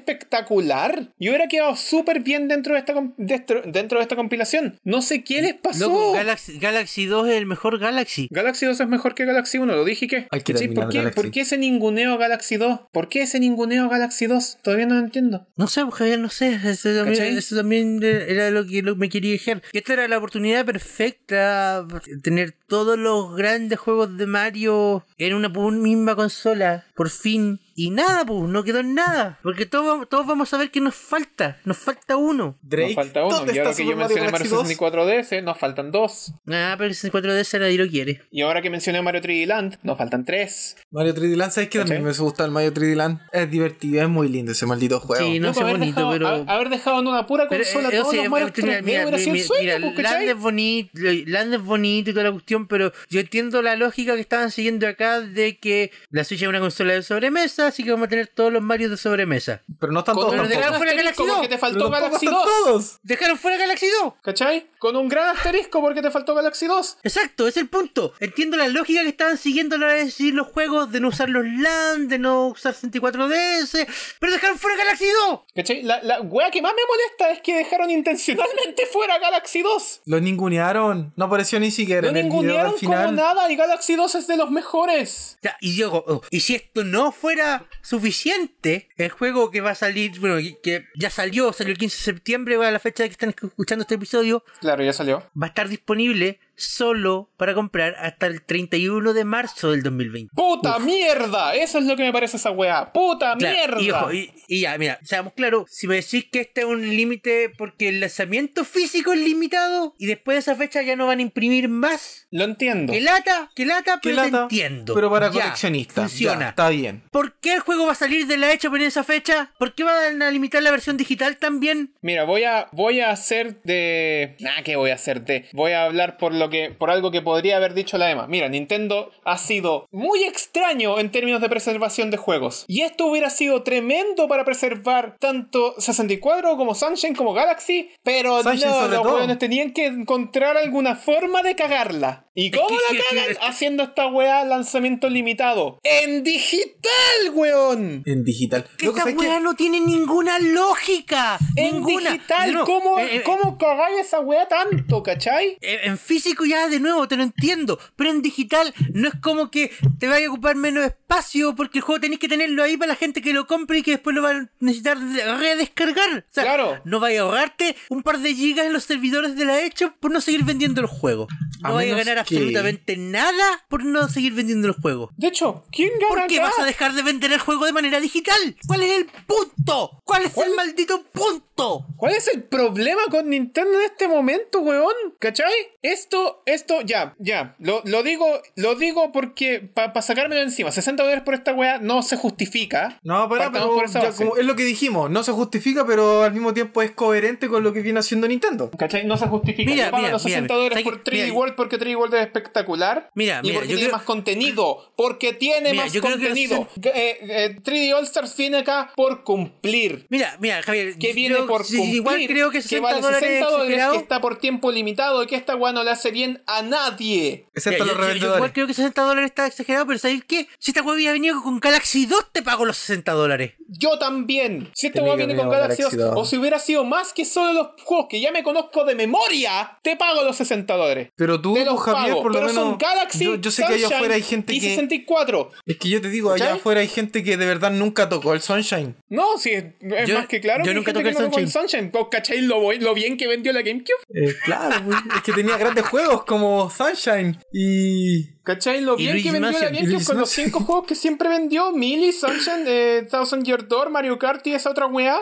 A: espectacular. Y hubiera quedado súper bien dentro de, esta, com- dentro, dentro de esta compilación. No sé qué les pasó.
B: Loco, Galaxy, Galaxy 2 es el mejor Galaxy.
A: Galaxy 2 es mejor que Galaxy 1, lo dije que.
C: Hay que
A: ¿Cachai?
C: terminar
A: ¿Por, qué,
C: Galaxy.
A: ¿Por qué ese ninguneo Galaxy 2? ¿Por qué ese ninguneo Galaxy 2? Todavía no lo entiendo.
B: No sé, Javier, no sé. Eso
A: ¿Cachai?
B: también, eso también era lo que lo- me quería dejar. Que Esta era la oportunidad perfecta. Tener todos los grandes juegos de Mario en una pu- misma consola. Por fin. Y nada, pues, no quedó en nada. Porque todos, vamos- todos vamos a ver que nos falta. Nos falta uno.
C: Drake,
A: nos falta uno.
C: ¿dónde
A: Y ahora
C: está
A: que yo
C: Super Mario
A: mencioné Mario
C: Galaxy 2?
A: 64 DS, nos faltan dos.
B: Ah, pero ese 4DS nadie lo quiere.
A: Y ahora que mencioné Mario 3D Land, nos faltan tres.
C: Mario 3D Land, ¿sabes qué? También
A: ¿Cachai?
C: me gusta el Mario 3D Land. Es divertido, es muy lindo ese maldito juego.
B: Sí, no
A: Loco,
B: sé,
A: haber
B: bonito,
A: dejado,
B: pero.
A: haber- haber dejado en una pura
B: Pero,
A: consola
B: eh, o
A: todos
B: sea,
A: los Mario
B: eh, mira,
A: 3D
B: mira,
A: hubiera sido un
B: mira,
A: sueño,
B: mira,
A: pues,
B: Land
A: ¿cachai?
B: es bonito, Land es bonito y toda la cuestión, pero yo entiendo la lógica que estaban siguiendo acá de que la Switch es una consola de sobremesa, así que vamos a tener todos los Mario de sobremesa.
C: Pero no están
A: Con
C: todos
A: un
B: pero
C: tampoco.
B: dejaron
A: gran
B: fuera
A: asterisco
B: Galaxy
A: porque
B: 2.
A: te
C: Pero
A: faltó
C: tampoco
A: Galaxy
C: están
A: 2.
C: todos.
B: ¡Dejaron fuera Galaxy 2!
A: ¿Cachai? Con un gran asterisco porque te faltó Galaxy 2.
B: Exacto, es el punto. Entiendo la lógica que estaban siguiendo a la hora de decidir los juegos, de no usar los LAN, de no usar 64DS, pero dejaron fuera Galaxy 2!
A: ¿Cachai? La, la wea que más me molesta es que dejaron intencionalmente fuera Galaxy 2.
C: Lo ningunearon. No apareció ni siquiera
A: No
C: en el video
A: ningunearon
C: al final.
A: como nada y Galaxy 2 es de los mejores.
B: Ya, y yo, oh, y si esto no fuera sea suficiente, el juego que va a salir, bueno, que- que ya salió, salió el 15 de septiembre, va a la fecha que están escuchando este episodio,
A: Claro, ya salió.
B: va a estar disponible solo para comprar hasta el 31 de marzo del 2020.
A: ¡Puta mierda! Eso es lo que me parece esa weá.
C: Ah,
A: ¡Puta
B: Claro,
A: mierda!
B: Y, ojo, y- y ya, mira, seamos claros, si me decís que este es un límite porque el lanzamiento físico es limitado y después de esa fecha ya no van a imprimir más,
A: Lo entiendo.
B: que lata, que lata,
C: Qué
B: pero
C: lata,
B: te entiendo.
C: Pero para
B: Ya,
C: coleccionistas.
B: Funciona.
C: ya, está bien.
B: ¿Por qué el juego va a salir de la hecha por esa fecha? ¿Por qué van a limitar la versión digital también?
A: Mira, voy a, voy a hacer de... Nah, ¿qué voy a hacer de? Voy a hablar por, lo que, por algo que podría haber dicho la Emma. Mira, Nintendo ha sido muy extraño en términos de preservación de juegos. Y esto hubiera sido tremendo para preservar tanto 64 como Sunshine como Galaxy. Pero
C: Sunshine
A: no,
C: sobre
A: los
C: todo.
A: hueones tenían que encontrar alguna forma de cagarla. ¿Y cómo
B: que-
A: la
B: que-
A: cagan?
B: es que-
A: Haciendo esta weá lanzamiento limitado. ¡En digital, weón!
C: En digital.
B: Que
C: Loco,
B: esta
C: ¿sabes qué?
B: weá no tiene ninguna lógica.
A: En
B: ninguna.
A: digital,
B: No,
A: ¿cómo,
B: eh, eh,
A: ¿cómo cagáis esa weá tanto, cachai?
B: eh, En físico ya de nuevo te lo entiendo, pero en digital no es como que te vaya a ocupar menos espacio porque el juego tenés que tenerlo ahí para la gente que lo compre y que después lo va a necesitar de- redescargar. O sea,
A: Claro.
B: no vaya a ahorrarte un par de gigas en los servidores de la hecho por no seguir vendiendo el juego.
C: A
B: No vaya a
C: menos
B: ganar
C: que-
B: absolutamente nada por no seguir vendiendo el juego.
A: De hecho, ¿quién gana
B: ¿Por qué
A: acá?
B: vas a dejar de vender el juego de manera digital? ¿Cuál es el punto? ¿Cuál es
A: ¿Cuál?
B: el maldito punto?
A: ¿Cuál es el problema con Nintendo en este momento, weón? ¿Cachai? Esto, esto, ya, ya. Lo, lo digo, lo digo porque para sacármelo encima. 60 dólares por esta weá no se justifica.
C: No, para,
A: Partamos
C: pero
A: por esa
C: ya
A: base.
C: como es lo que dijimos, no se justifica, pero al mismo tiempo es coherente con lo que viene haciendo Nintendo.
A: ¿Cachai? No se justifica.
B: Mira,
A: Yo pago
B: mira,
A: los
B: mira,
A: 60
B: mira.
A: dólares
B: ¿Sabes
A: por
B: qué?
A: 3D
B: Mira,
A: World porque 3D World es espectacular.
B: Mira,
A: y
B: mira,
A: porque
B: yo
A: tiene
B: creo-
A: más contenido. Porque tiene
B: Mira,
A: más
B: yo creo que
A: contenido. Eh, eh, 3D All Stars viene acá por cumplir.
B: Mira, mira, Javier.
A: que
B: yo
A: viene
B: creo-
A: por
B: sí,
A: cumplir,
B: Igual creo que 60
A: vale
B: dólares,
A: 60 dólares,
B: exagerado.
A: que está por tiempo limitado y que esta weá no le hace bien a nadie.
C: Excepto
B: Mira, yo- yo-
C: los
B: yo igual
C: revendedores.
B: creo que 60 dólares está exagerado, pero ¿sabéis qué? Si esta hueá hubiera venido con Galaxy 2, te pago los 60 dólares.
A: Yo también. Si este
C: Tenía
A: weón
C: que
A: viene con
C: haber
A: Galaxy 2,
C: Galaxy
A: o
C: 2.
A: si hubiera sido más que solo los juegos que ya me conozco de memoria, te pago los 60 dólares.
C: Pero tú,
A: Te los
C: Javier,
A: pago.
C: por lo
A: pero
C: menos.
A: son Galaxy,
C: yo, yo sé que allá
A: Sunshine
C: afuera hay gente
A: y
C: que.
A: 64.
C: Es que yo te digo, allá
A: ¿Cachai?
C: afuera hay gente que de verdad nunca tocó el Sunshine.
A: No, sí, es, es
B: Yo-
A: más que claro.
B: yo
A: que hay
B: nunca
A: gente
B: toqué
A: que
B: el
A: no tocó Sunshine. ¿Vos ¿Cachai lo, lo bien que vendió la GameCube?
C: Eh, claro, güey. es que tenía grandes juegos como Sunshine y.
A: ¿Cachai? Lo
B: Y
A: bien que
B: Luigi's
A: vendió la
B: Mansion, y
A: GameCube
C: Luigi's
A: con los
C: Mansion.
A: cinco juegos que siempre vendió: Millie, Sunshine, eh, Thousand Year Door, Mario Kart y esa otra weá.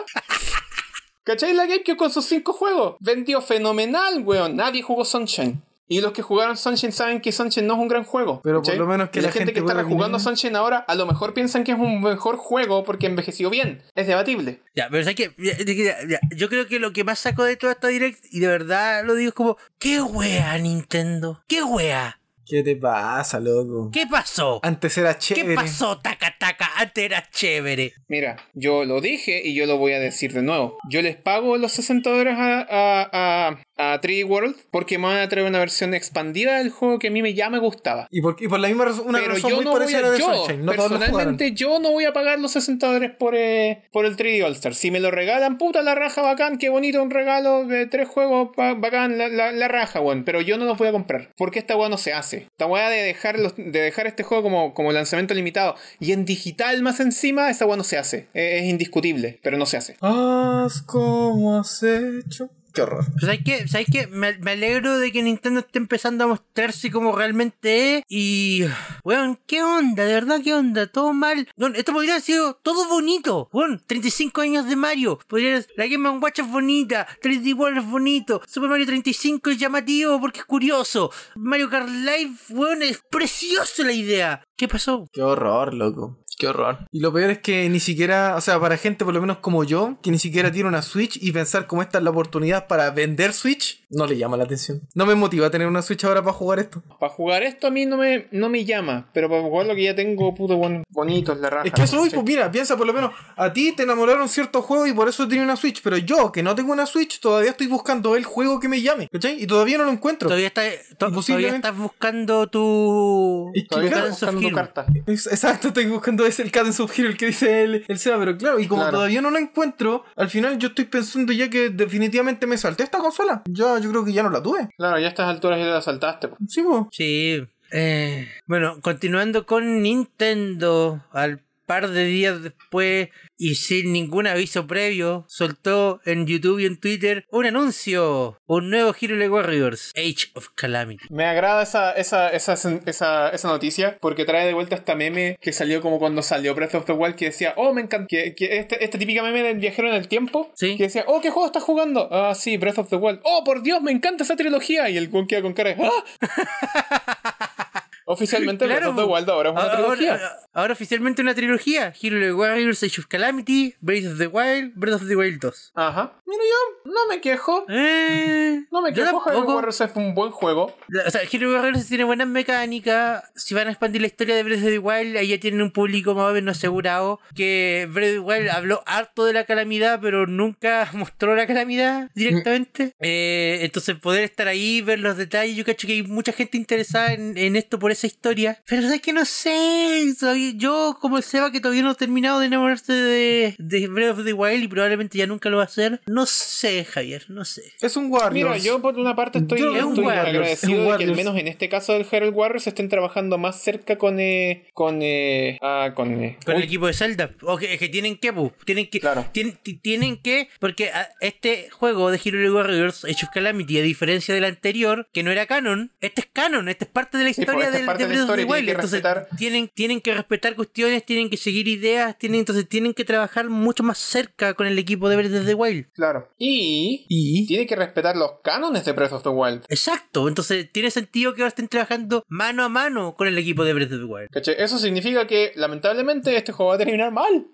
A: ¿Cachai? La GameCube con sus cinco juegos. Vendió fenomenal, weón. Nadie jugó Sunshine. Y los que jugaron Sunshine saben que Sunshine no es un gran juego.
C: Pero por
A: ¿cachai?
C: lo menos que
A: Y la,
C: la
A: gente,
C: gente
A: que está
C: pueda
A: rejugando
C: venir.
A: Sunshine ahora, a lo mejor piensan que es un mejor juego porque envejeció bien. Es debatible.
B: Ya, pero ¿sabes qué? Ya, ya, ya, Yo creo que lo que más saco de toda esta direct, y de verdad lo digo, es como, ¿qué wea, Nintendo? ¿Qué wea?
C: ¿Qué te pasa, loco?
B: ¿Qué pasó?
C: Antes era chévere.
B: ¿Qué pasó, taca, taca? Antes era chévere.
A: Mira, yo lo dije y yo lo voy a decir de nuevo. Yo les pago los 60 dólares a, a, a, a 3D World porque me van a traer una versión expandida del juego que a mí me, ya me gustaba.
C: Y por, y por la misma razón, una
A: Pero
C: razón
A: yo
C: muy
A: no voy
C: parecida a la
A: a,
C: de
A: yo,
C: Sunshine. No todos lo jugaron.
A: personalmente yo no voy a pagar los 60 dólares por, eh, por el 3D All Star. Si me lo regalan, puta la raja bacán, qué bonito un regalo de tres juegos ba- bacán, la, la- la raja, weón. Pero yo no los voy a comprar. Porque esta weá no se hace. Esta weá de dejar los- de dejar este juego como, como lanzamiento limitado. Y en digital más encima, esta weá no se hace. Eh, Es, indiscutible, pero no se hace.
C: Haz como has hecho. Qué horror.
B: Pero ¿Sabes qué? ¿Sabes qué? Me, me alegro de que Nintendo esté empezando a mostrarse como realmente es. Y. Weón, ¿qué onda? De verdad, ¿qué onda? Todo mal. Weón, esto podría haber sido todo bonito. Weón, 35 años de Mario. Podría haber- la Game Watch es bonita. 3D World es bonito. Super Mario 35 es llamativo porque es curioso. Mario Kart Live, weón, es precioso la idea. ¿Qué pasó?
C: Qué horror, loco. Qué horror. Y lo peor es que ni siquiera, o sea, para gente por lo menos como yo, que ni siquiera tiene una Switch y pensar como esta es la oportunidad para vender Switch, no le llama la atención. No me motiva tener una Switch ahora para jugar esto.
A: Para jugar esto a mí no me, no me llama. Pero para jugar lo que ya tengo, puto bon- bonito es la raja.
C: Es que eso
A: ¿no?
C: voy, pues mira, piensa por lo menos, a ti te enamoraron ciertos juegos y por eso tenía una Switch, pero yo, que no tengo una Switch, todavía estoy buscando el juego que me llame, ¿cachai? Y todavía no lo encuentro.
B: Todavía, está- to- todavía
C: Imposiblemente.
B: estás buscando tu.
C: Es
B: tu
C: que
A: Todavía estoy
C: claro,
B: Dance of
A: buscando
B: Hero.
A: cartas.
C: Es- Exacto, estoy buscando ese el Cadence of Hero, el que dice el, el Seba, pero claro, y como
A: Claro.
C: todavía no lo encuentro, al final yo estoy pensando ya que definitivamente me salté esta consola. Ya, yo creo que ya no la tuve.
A: Claro, ya a estas alturas ya la saltaste. pues. po.
C: Sí, po.
B: Sí. eh, bueno, continuando con Nintendo, al par de días después y sin ningún aviso previo, soltó en YouTube y en Twitter un anuncio, un nuevo Hero League Warriors, Age of Calamity.
A: Me agrada esa, esa, esa, esa, esa noticia porque trae de vuelta esta meme que salió como cuando salió Breath of the Wild que decía, oh, me encanta, que, que este, esta típica meme del viajero en el tiempo,
B: Sí.
A: que decía, oh, ¿qué juego estás jugando? Ah, sí, Breath of the Wild. Oh, por Dios, me encanta esa trilogía. Y el Gun queda con cara de, "Ah". Oficialmente
B: Claro,
A: Breath of the Wild ahora es una
B: Ah, ahora,
A: trilogía.
B: ahora- ahora oficialmente una trilogía, Hero League Warriors, Age of Calamity, Breath of the Wild, Breath of the Wild 2.
A: Ajá. Mira, yo no me quejo.
B: Eh,
A: No me
B: yo
A: quejo, Hyrule
B: tampoco.
A: Warriors es un buen juego.
B: La- O sea, Hero League Warriors tiene buenas mecánicas. Si van a expandir la historia de Breath of the Wild, ahí ya tienen un público más o menos asegurado. Que Breath of the Wild habló harto de la calamidad, pero nunca mostró la calamidad directamente. Eh, entonces, poder estar ahí, ver los detalles. Yo cacho que hay mucha gente interesada en, en esto por esa historia. Pero es que no sé. soy- yo, como el Seba, que todavía no he terminado de enamorarse de, de Breath of the Wild y probablemente ya nunca lo va a hacer. No sé, Javier, no sé.
C: Es un Warriors.
A: Mira, yo por una parte estoy,
C: Yo-
B: es un
A: estoy
B: Warriors,
C: es
A: agradecido
C: un
A: de que al
C: Warriors.
A: menos en este caso del Herald Warriors estén trabajando más cerca con eh, con eh, ah, con, eh,
B: Con el
A: uy,
B: equipo de Zelda. O que, que tienen que, pu, tienen que.
A: Claro.
B: tien- ti- tienen que. Porque a- este juego de Hero League Warriors, Age of Calamity, a diferencia del anterior, que no era canon, este es canon, este es parte de la
A: Sí, po,
B: historia
A: este es
B: del
A: parte
B: de
A: de la
B: Breath of the
A: historia, tienen
B: Wild.
A: que
B: Entonces,
A: respetar-
B: tienen, tienen que respetar cuestiones, tienen que seguir ideas, tienen, entonces tienen que trabajar mucho más cerca con el equipo de Breath of the Wild.
A: claro. Y,
C: Y.
A: tiene que respetar los cánones de Breath of the Wild.
B: Exacto, entonces tiene sentido que ahora estén trabajando mano a mano con el equipo de Breath of the Wild.
A: ¿Cachai? Eso significa que lamentablemente este juego va a terminar mal.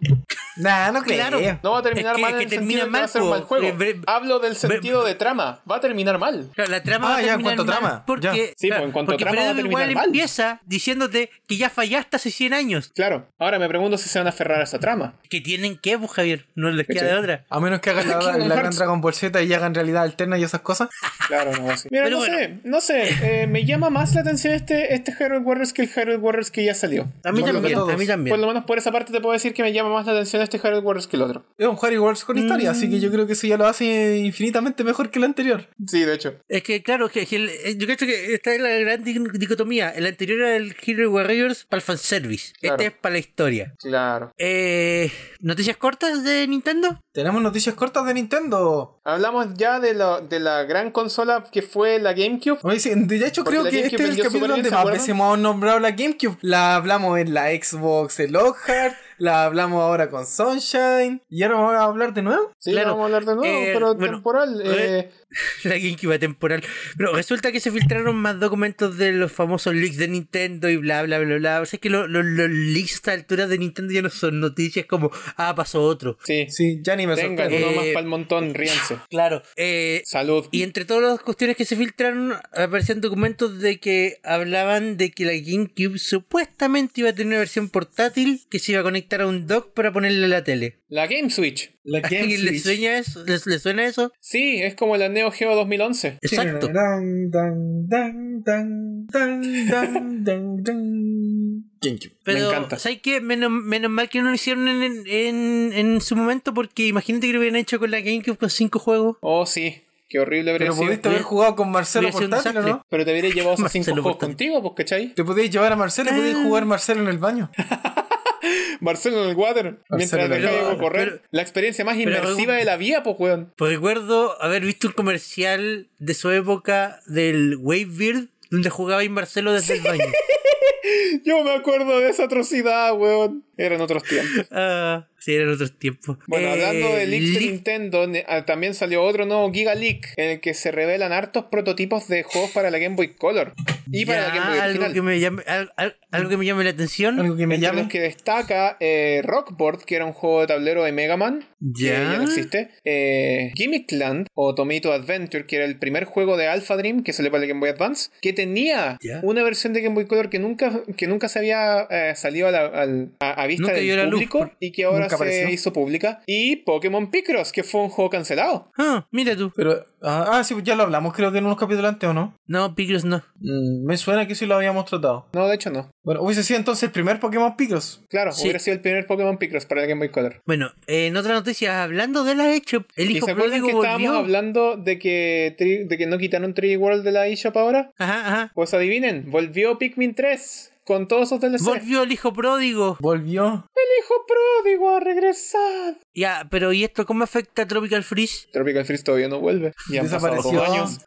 C: Nah, no creo.
B: Claro.
A: No va a terminar
B: Es que-
A: mal
B: es
A: en
B: que
A: el sentido
B: termina
A: de que va a
B: mal,
A: ser un
B: po.
A: mal juego.
B: Eh, bre-
A: Hablo del sentido de trama. Va a terminar mal.
B: Claro, la trama
C: Ah,
B: va a
C: ya, en
B: terminar
C: cuanto a
B: mal
C: trama,
B: Porque,
C: ya.
A: Sí,
B: claro,
A: pues, en cuanto a
B: porque
A: trama va a
B: Breath of the
A: terminar
B: Wild
A: mal.
B: empieza diciéndote que ya fallaste hace 100 años.
A: Claro. Ahora me pregunto si se van a aferrar a esa trama.
B: Que tienen que, pues, Javier. No les queda
A: Sí.
B: de otra.
C: A menos que hagan la,
A: Kingdom
C: la gran
A: Hearts.
C: Dragon Ball Z y hagan realidad alterna y esas cosas.
A: Claro, no así. Mira,
B: Pero
A: no
B: bueno.
A: sé, no sé. eh, me llama más la atención este, este Hero Warriors que el Hero Warriors que ya salió.
B: A mí
C: Por
B: también,
C: lo menos
B: a mí
C: todos.
A: Por
B: también.
A: lo menos por esa parte te puedo decir que me llama más la atención este Hero Warriors que el otro.
C: Es un Harry Wars
A: Mm.
C: con historia, así que yo creo que eso ya lo hace infinitamente mejor que el anterior.
A: Sí, de hecho.
B: Es que, claro, que, que el- eh, yo creo que está en la gran di- dicotomía. El anterior era el Hero Warriors para el fanservice.
A: Claro.
B: Este es para la historia.
A: Claro.
B: Eh, ¿Noticias cortas de Nintendo?
C: Tenemos noticias cortas de Nintendo.
A: Hablamos ya de, la- de la gran consola que fue la GameCube.
C: Oye, sí, de hecho,
A: Porque
C: creo
A: la
C: que
A: GameCube
C: este es el
A: vendió
C: capítulo
A: súper bien,
C: donde
A: ¿se
C: más
A: acuerdan?
C: veces hemos nombrado la GameCube. La hablamos en la Xbox, el Lockhart, la hablamos ahora con Sunshine. Y ahora vamos a hablar de nuevo.
A: Sí,
B: Claro.
A: vamos a hablar de nuevo,
B: Eh,
A: pero
B: bueno,
A: temporal. eh,
B: La GameCube temporal. Pero resulta que se filtraron más documentos de los famosos leaks de Nintendo y bla, bla, bla, bla. O sea, es que lo- lo- los leaks a esta altura de Nintendo ya no son noticias como, ah, pasó otro.
A: sí,
C: Sí, ya ni me
A: tengan
C: sorprende.
A: uno
B: Eh,
A: más para el montón, ríanse.
B: Claro. Eh,
A: Salud.
B: y entre todas las cuestiones que se filtraron, aparecían documentos de que hablaban de que la GameCube supuestamente iba a tener una versión portátil que se iba a conectar a un dock para ponerle la tele.
A: La Game Switch.
C: La
B: ¿A alguien le suena eso? ¿Les, les suena eso?
A: Sí, es como la Neo Geo 2011.
B: Exacto.
C: Dan, dan, dan, dan, dan, dan, dan, dan. GameCube.
A: Me
B: Pero,
A: encanta.
B: ¿sabes qué? Menos, menos mal que no lo hicieron en, en- en- en su momento, porque imagínate que lo hubieran hecho con la GameCube con cinco juegos.
A: Oh, sí. Qué horrible habría
C: Pero
A: sido.
C: pudiste haber jugado con Marcelo
B: hubiera sido un
C: Portátil, ¿o ¿no?
B: desastre.
A: Pero te hubiera llevado esos cinco
B: Marcelo
A: juegos
B: Portátil.
A: contigo, pues, ¿cachai?
C: Te podías llevar a Marcelo y
A: Ah.
C: podías jugar Marcelo en el baño.
A: Marcelo en el water, mientras
C: en el
A: dejaba
B: water.
A: correr.
B: Pero-
A: la experiencia más
B: pero-
A: inmersiva de la vida, pues, weón.
B: Pues recuerdo haber visto un comercial de su época del Wavebeard, donde jugaba ahí Marcelo desde el baño.
A: Yo me acuerdo de esa atrocidad, weón. Eran otros tiempos.
B: Ah, sí, eran otros tiempos.
A: Bueno,
B: Eh,
A: hablando de leaks de
B: leak-
A: Nintendo, ne- ah, también salió otro nuevo Giga Leak en el que se revelan hartos prototipos de juegos para la Game Boy Color y para
B: ya,
A: la Game Boy
B: algo
A: original.
B: que, me llame, al- al- algo que me llame la atención.
C: Algo que me
A: Entre
C: llame.
A: los que destaca eh, Rockboard, que era un juego de tablero de Mega Man, que ya
B: Ya.
A: no existe. Eh, Gimmickland o Tomato Adventure, que era el primer juego de Alpha Dream que salió para el Game Boy Advance, que tenía
B: Ya.
A: una versión de Game Boy Color que nunca, que nunca se había eh, salido a, la- al- a- a vista
B: Nunca vio la
A: del
B: luz,
A: público
B: por-
A: y que ahora se
C: nunca apareció.
A: hizo pública. Y Pokémon Picross, que fue un juego cancelado.
B: Ah, mira tú.
C: Pero, ah, ah, sí, pues ya lo hablamos, creo que en unos capítulos antes, ¿o no?
B: No, Picross no.
C: Mm, me suena que sí lo habíamos tratado.
A: No, de hecho no.
C: Bueno, hubiese sido entonces el primer Pokémon Picos.
A: Claro,
B: Sí.
A: hubiera sido el primer Pokémon Picross para el Game Boy Color.
B: Bueno, eh, en otra noticia, hablando de la hecho, el
A: ¿Y
B: hijo
A: se acuerdan
B: pródigo
A: que estábamos
B: volvió.
A: hablando de que, tri- de que no quitaron 3D World de la eShop ahora?
B: Ajá, ajá.
A: Pues adivinen, volvió Pikmin 3. con todos esos DLC.
B: Volvió el hijo pródigo.
C: Volvió.
A: El hijo pródigo ha regresado.
B: Ya, pero ¿y esto cómo afecta a Tropical Freeze?
A: Tropical Freeze todavía no vuelve. Ya han pasado como
C: Desapareció.
A: años.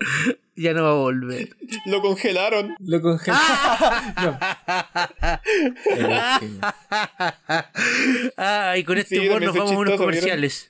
B: Ya no va a volver.
A: Lo congelaron.
C: Lo congeló.
B: ah, y con este
A: Sí,
B: humor
A: también
B: nos
A: fue
B: vamos a
A: chistoso,
B: unos
A: ¿vieron?
B: comerciales.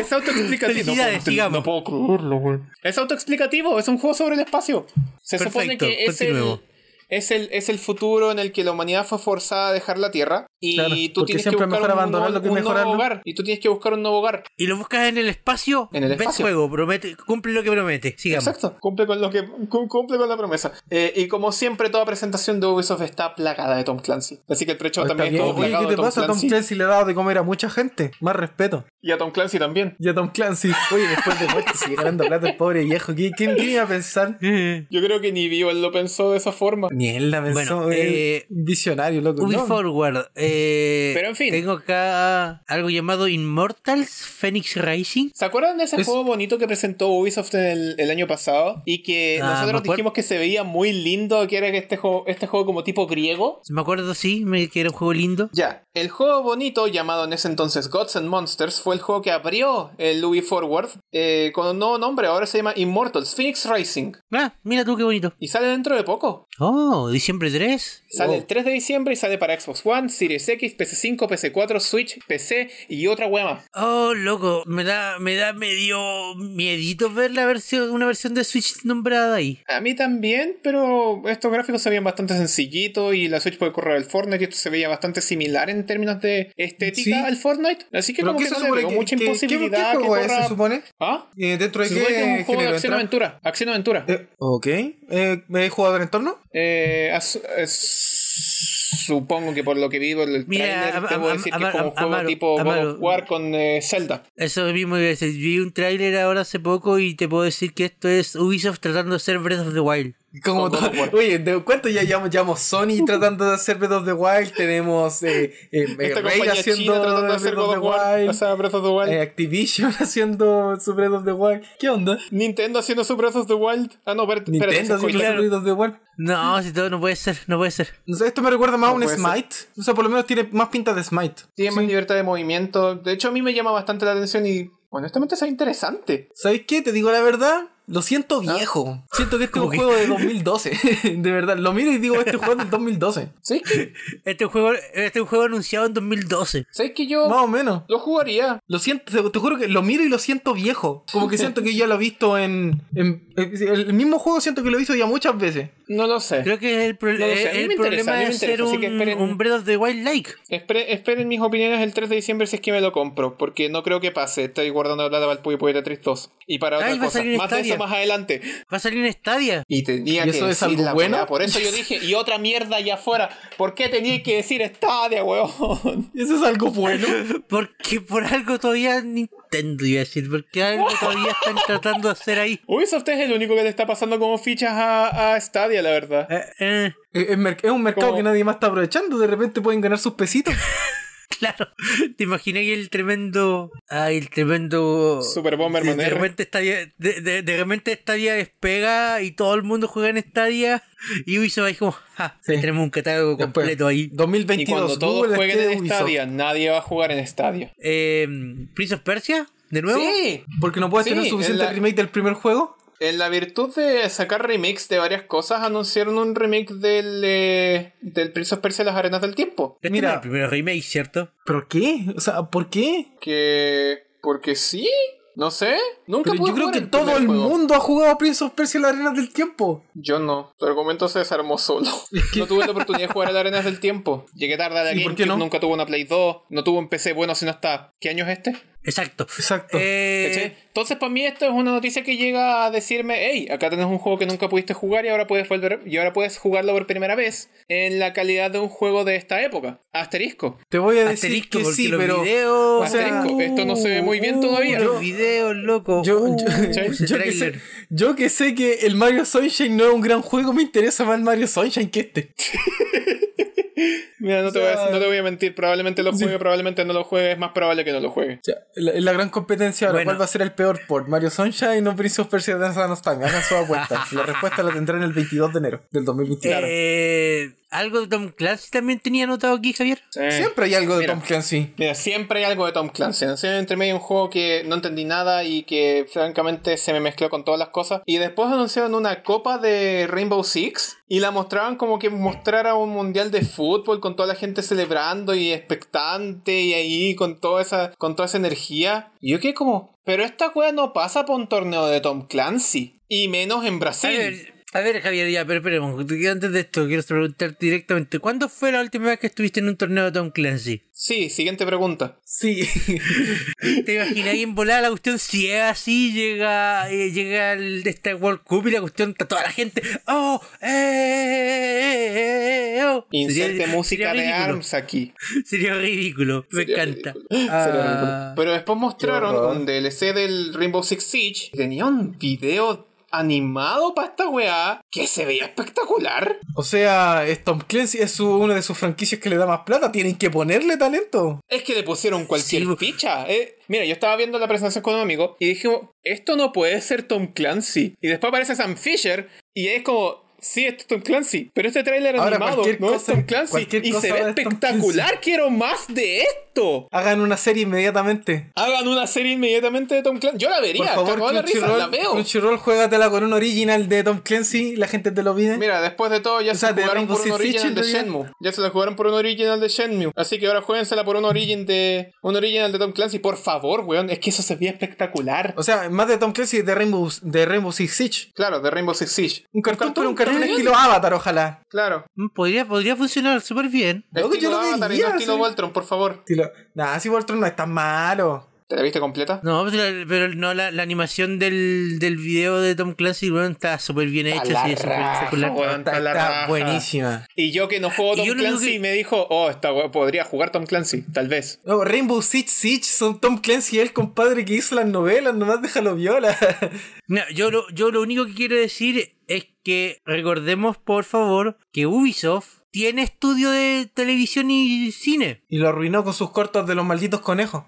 A: Es autoexplicativo.
B: Felicidades, sigamos.
A: no puedo creerlo, güey. Es autoexplicativo, es un juego sobre el espacio. Se supone
B: Perfecto,
A: que es el,
B: continuemos.
A: es, el, es el futuro en el que la humanidad fue forzada a dejar la Tierra y
C: Claro,
A: tú
C: porque
A: tienes que
C: siempre
A: buscar
C: es mejor
A: un,
C: abandonarlo
A: nuevo-
C: que
A: un nuevo
C: mejorarlo.
A: hogar. Y tú tienes que buscar un nuevo hogar.
B: Y lo buscas en el espacio.
A: En el
B: Ve
A: espacio.
B: juego, promete, cumple lo que promete. Sigamos.
A: Exacto, cumple con, lo que, cu- cumple con la promesa. Eh, y como siempre, toda presentación de Ubisoft está plagada de Tom Clancy. Así que el precho también
C: Está
A: estuvo
C: bien. Oye,
A: plagado
C: ¿Qué
A: de
C: te
A: Tom
C: pasa? Tom
A: Clancy.
C: Clancy le ha dado de comer a mucha gente. Más respeto.
A: Y a Tom Clancy también.
C: Y a Tom Clancy. Oye, después de muerte sigue ganando plata el pobre viejo. ¿Qui- ¿Quién, quién iba a pensar?
B: Mm.
A: Yo creo que ni vio él lo pensó de esa forma.
C: Ni él la pensó.
B: Bueno,
C: él-
B: eh,
C: visionario, loco.
B: Ubi
C: ¿no?
B: Forward. eh,
A: Pero en fin.
B: Tengo acá algo llamado Immortals Phoenix Rising.
A: ¿Se acuerdan de ese
C: Es-
A: juego bonito que presentó Ubisoft el, el año pasado? Y que
B: Ah, me
A: nosotros
B: acuerdo.
A: dijimos que se veía muy lindo, que era este juego, este juego como tipo griego.
B: Me acuerdo, sí, me, que era un juego lindo.
A: Ya, el juego bonito llamado en ese entonces Gods and Monsters fue el juego que abrió el Ubi Forward eh, con un nuevo nombre, ahora se llama Immortals Phoenix Rising.
B: Ah, mira tú qué bonito.
A: Y sale dentro de poco.
B: Oh, diciembre 3.
A: Sale el 3 de diciembre y sale para Xbox One, Series X, PC5, PC4, Switch, PC y otra wea más.
B: Oh, loco, me da, me da medio miedito ver la versión, una versión de Switch nombrada ahí.
A: A mí también, pero estos gráficos se veían bastante sencillitos y la Switch puede correr al Fortnite y esto se veía bastante similar en términos de estética
C: Sí.
A: al Fortnite. Así que
C: ¿Pero
A: como
C: qué
A: que
C: se
A: no le
C: supone
A: veo
C: que-
A: mucha
C: que- qué-
A: imposibilidad
C: qué
A: que
C: juego es,
A: corra...
C: se supone?
A: ¿Ah?
C: Eh, ¿Dentro de
A: Se supone que es un
C: qué
A: juego de
C: género
A: acción-aventura.
C: entra?
A: Acción-aventura.
C: Eh, ok. Eh, ¿he jugado en entorno?
A: Eh, as- es- supongo que por lo que vi por el
B: Mira,
A: trailer,
B: am-
A: debo
B: am-
A: decir que es
B: am-
A: como un
B: am-
A: juego
B: Amaro,
A: tipo God
B: Amaro.
A: of War con eh, Zelda.
B: Eso mismo iba a decir. Vi un tráiler ahora hace poco y te puedo decir que esto es Ubisoft tratando de ser Breath of the Wild.
C: Como
A: Con God
C: todo-
A: of War.
C: Oye, ¿de cuánto ya llevamos? Llevamos Sony tratando de hacer Breath of the Wild. Tenemos eh, eh, eh,
A: Esta
C: Rare
A: compañía
C: haciendo
A: china tratando de hacer
C: Breath of
A: God
C: the
A: of War,
C: Wild.
A: o sea, Breath of the Wild.
C: eh, Activision haciendo su Breath of the Wild. ¿Qué onda?
A: Nintendo haciendo su Breath of the Wild. Ah, no, espérate, espérate,
C: Nintendo
A: ese es
C: haciendo
A: Coital.
C: su Breath of the Wild.
B: No, si todo no puede ser, no puede ser.
C: No sé, Esto me recuerda más a
A: No
C: un
A: puede ser.
C: Smite. O sea, por lo menos tiene más pinta de Smite.
A: Tiene más libertad de movimiento. De hecho, a mí me llama bastante la atención y honestamente es interesante.
C: ¿Sabéis qué? Te digo la verdad. Lo siento
A: ¿Ah?
C: viejo. Siento que este es un
B: ¿Cómo que?
C: juego de 2012. de verdad. Lo miro y digo, este juego es del 2012.
A: ¿Sabes que,
B: Este juego, este es un juego anunciado en 2012.
A: ¿Sabes que yo
C: Más o menos.
A: lo jugaría?
C: Lo siento, te- te juro que lo miro y lo siento viejo. Como que siento que ya lo he visto en, en- en- El mismo juego siento que lo he visto ya muchas veces.
A: No lo sé.
B: Creo que el, pro-
A: No lo sé, a mí
B: el
A: me interesa, a mí
B: problema
A: me
B: es ser
A: interesa, así
B: un,
A: que esperen.
B: un Breath of the Wild Lake.
A: Espere- esperen mis opiniones el 3 de diciembre si es que me lo compro, porque no creo que pase. Estoy guardando la plata para el Puyo Puyo Tetris 2. Y para
B: Ay,
A: otra
B: va a
A: cosa.
B: salir
A: Más de
B: Stadia.
A: eso más adelante.
B: Va a salir en Stadia.
A: Y tenía
C: ¿Y
A: que
C: eso es
A: decir
C: algo
A: la
C: bueno?
A: weá, Por eso yo dije, y otra mierda allá afuera. ¿Por qué tenía que decir Stadia, weón?
C: Eso es algo bueno.
B: Porque por algo todavía Nintendo iba a decir, porque algo todavía están tratando de hacer ahí.
A: Ubisoft es el único que le está pasando como fichas a, a Stadia, la verdad.
B: Eh, eh,
C: es, es merc- es un mercado
A: Como-
C: que nadie más está aprovechando. De repente pueden ganar sus pesitos.
B: claro, te imaginas que el tremendo. Ay, el tremendo.
A: Super Bomberman
B: De, de
A: R.
B: repente Stadia, de, de- de repente Stadia despega y todo el mundo juega en Stadia. Y Ubisoft ahí como, ja,
C: Sí.
B: tenemos un catálogo
C: Después,
B: completo ahí.
A: Y
C: 2022.
A: cuando todos
C: Google
A: jueguen
C: esté
A: en
C: Ubisoft.
A: Stadia, nadie va a jugar en Stadia.
B: Eh, Prince of Persia, de nuevo.
A: Sí,
C: Porque no puedes
A: Sí,
C: tener suficiente
A: en la-
C: remake del primer juego.
A: en la virtud de sacar remakes de varias cosas, anunciaron un remake del, eh, del Prince of Persia Las Arenas del Tiempo.
B: Este
C: Mira.
B: no es el primer remake, ¿cierto?
C: ¿Pero qué? O sea, ¿por qué?
A: Que... porque sí, no sé, nunca
C: Pero
A: pude
C: yo creo
A: jugar
C: que
A: el
C: todo
A: primer
C: el
A: juego.
C: mundo ha jugado Prince of Persia en las arenas del tiempo.
B: Eh,
A: Yo no, tu argumento se desarmó solo. No tuve la oportunidad de jugar a las Arenas del Tiempo. Llegué tarde a la
C: ¿Y por
A: GameCube,
C: qué no?
A: nunca tuve una Play 2, no tuve un PC bueno sino hasta... ¿Qué año es este?
B: Exacto.
C: Exacto.
B: Eh,
A: ¿Cachai? Entonces, para mí, esto es una noticia que llega a decirme: hey, acá tenés un juego que nunca pudiste jugar y ahora puedes volver y ahora puedes jugarlo por primera vez en la calidad de un juego de esta época. Asterisco.
C: Te voy a decir
B: Asterisco,
C: que
B: porque
C: sí,
B: los
C: pero.
B: videos.
C: o sea, uh,
A: Asterisco, esto no se ve muy bien todavía.
B: Los videos, loco.
C: Yo,
B: Uh,
C: yo-
B: ese
C: yo que
B: tráiler.
C: sé, yo que sé que el Mario Sunshine no es un gran juego, me interesa más el Mario Sunshine que este.
A: Mira, no te,
C: O sea-
A: voy, a, no te voy a mentir. Probablemente lo juegue, probablemente no lo juegue. Es más probable que no lo juegue.
C: O sea, la, la gran competencia ahora,
B: Bueno.
C: ¿cuál va a ser el peor port? ¿Mario Sunshine o Prince of Persia Dance of Time? Hagan su apuesta. La respuesta la tendrán el 22 de enero del 2021.
B: Eh, algo de Tom Clancy también tenía anotado aquí, Javier.
A: Sí.
C: Siempre hay algo de
A: Mira.
C: Tom Clancy.
A: Mira, siempre hay algo de Tom Clancy. En serio, entre medio un juego que no entendí nada y que francamente se me mezcló con todas las cosas. Y después anunciaron una copa de Rainbow Six y la mostraban como que mostrara un mundial de fútbol con toda la gente celebrando y expectante y ahí con toda esa, con toda esa energía. Y yo quedé como, pero esta wea no pasa por un torneo de Tom Clancy. Y menos en
B: A
A: Brasil.
B: ver, a ver, Javier, ya, pero esperemos. Antes de esto, quiero preguntarte directamente: ¿cuándo fue la última vez que estuviste en un torneo de Tom Clancy?
A: Sí, siguiente pregunta.
C: Sí.
B: ¿Te imaginas ahí en volada la cuestión? Si es así, llega, eh, llega el, esta World Cup y la cuestión está toda la gente. ¡Oh! ¡Eh! eh, eh, eh, oh! Sería-
A: Inserte música
B: sería
A: de
B: ridículo.
A: ARMS aquí.
B: Sería ridículo, me
A: Sería
B: encanta.
A: ridículo. Sería ridículo.
B: Ah,
A: Pero después mostraron
C: Qué horror.
A: un DLC del Rainbow Six Siege. Tenía un video animado para esta weá que se veía espectacular.
C: O sea, es Tom Clancy es su- una de sus franquicias que le da más plata. Tienen que ponerle talento.
A: Es que le pusieron cualquier
B: Sí, bu-
A: ficha. eh. mira, yo estaba viendo la presentación con un amigo y dijimos, esto no puede ser Tom Clancy. Y después aparece Sam Fisher y es como, sí, esto es Tom Clancy, pero este tráiler
C: Ahora,
A: animado
C: cualquier
A: no es
C: cosa-
A: Tom Clancy
C: cualquier
A: y
C: cosa
A: se
C: ahora
A: ve
C: es Tom Clancy.
A: espectacular. Quiero más de esto.
C: Hagan una serie inmediatamente.
A: Hagan una serie inmediatamente de Tom Clancy. Yo la vería,
C: Por favor,
A: cagado de la risa, la
C: Crunchyroll,
A: veo.
C: Crunchyroll, juégatela con un original de Tom Clancy. La gente te lo pide.
A: Mira, después de todo ya
C: O
A: se
C: sea, de
A: jugaron
C: Rainbow
A: por un
C: Six
A: original
C: Siege
A: de
C: en realidad.
A: Shenmue. Ya se la jugaron por un original de Shenmue. Así que ahora juéguensela por un origin de un original de Tom Clancy, por favor, weón, es que eso se veía espectacular.
C: O sea, más de Tom Clancy de Rainbow, de Rainbow Six Siege.
A: Claro, de Rainbow Six Siege.
C: Un cartón, pero un
A: cartón
C: cartón estilo Avatar, ojalá.
A: Claro.
B: podría, podría funcionar súper bien.
C: Loco, yo
A: estilo
C: lo
A: Avatar y no
C: vería,
A: estilo
C: sí.
A: Voltron, por favor.
C: Estilo... Nah, si Voltron no es tan malo.
A: ¿Te la viste completa?
B: No, pero, la- pero no, la, la animación del, del video de Tom Clancy bueno, está súper bien hecha,
A: la
B: sí, es súper
A: raja,
B: espectacular.
A: weón.
C: Está,
A: Está la
C: está
A: raja.
C: buenísima.
A: Y yo que no juego
B: Y
A: Tom
B: yo lo único
A: Clancy
B: que-
A: me dijo, oh, esta weón podría jugar Tom Clancy, tal vez.
C: No, Rainbow Six Siege son Tom Clancy y el compadre que hizo las novelas, nomás déjalo viola.
B: No, yo, lo, yo lo único que quiero decir es que recordemos, por favor, que Ubisoft tiene estudio de televisión y cine.
C: Y lo arruinó con sus cortos de los malditos conejos.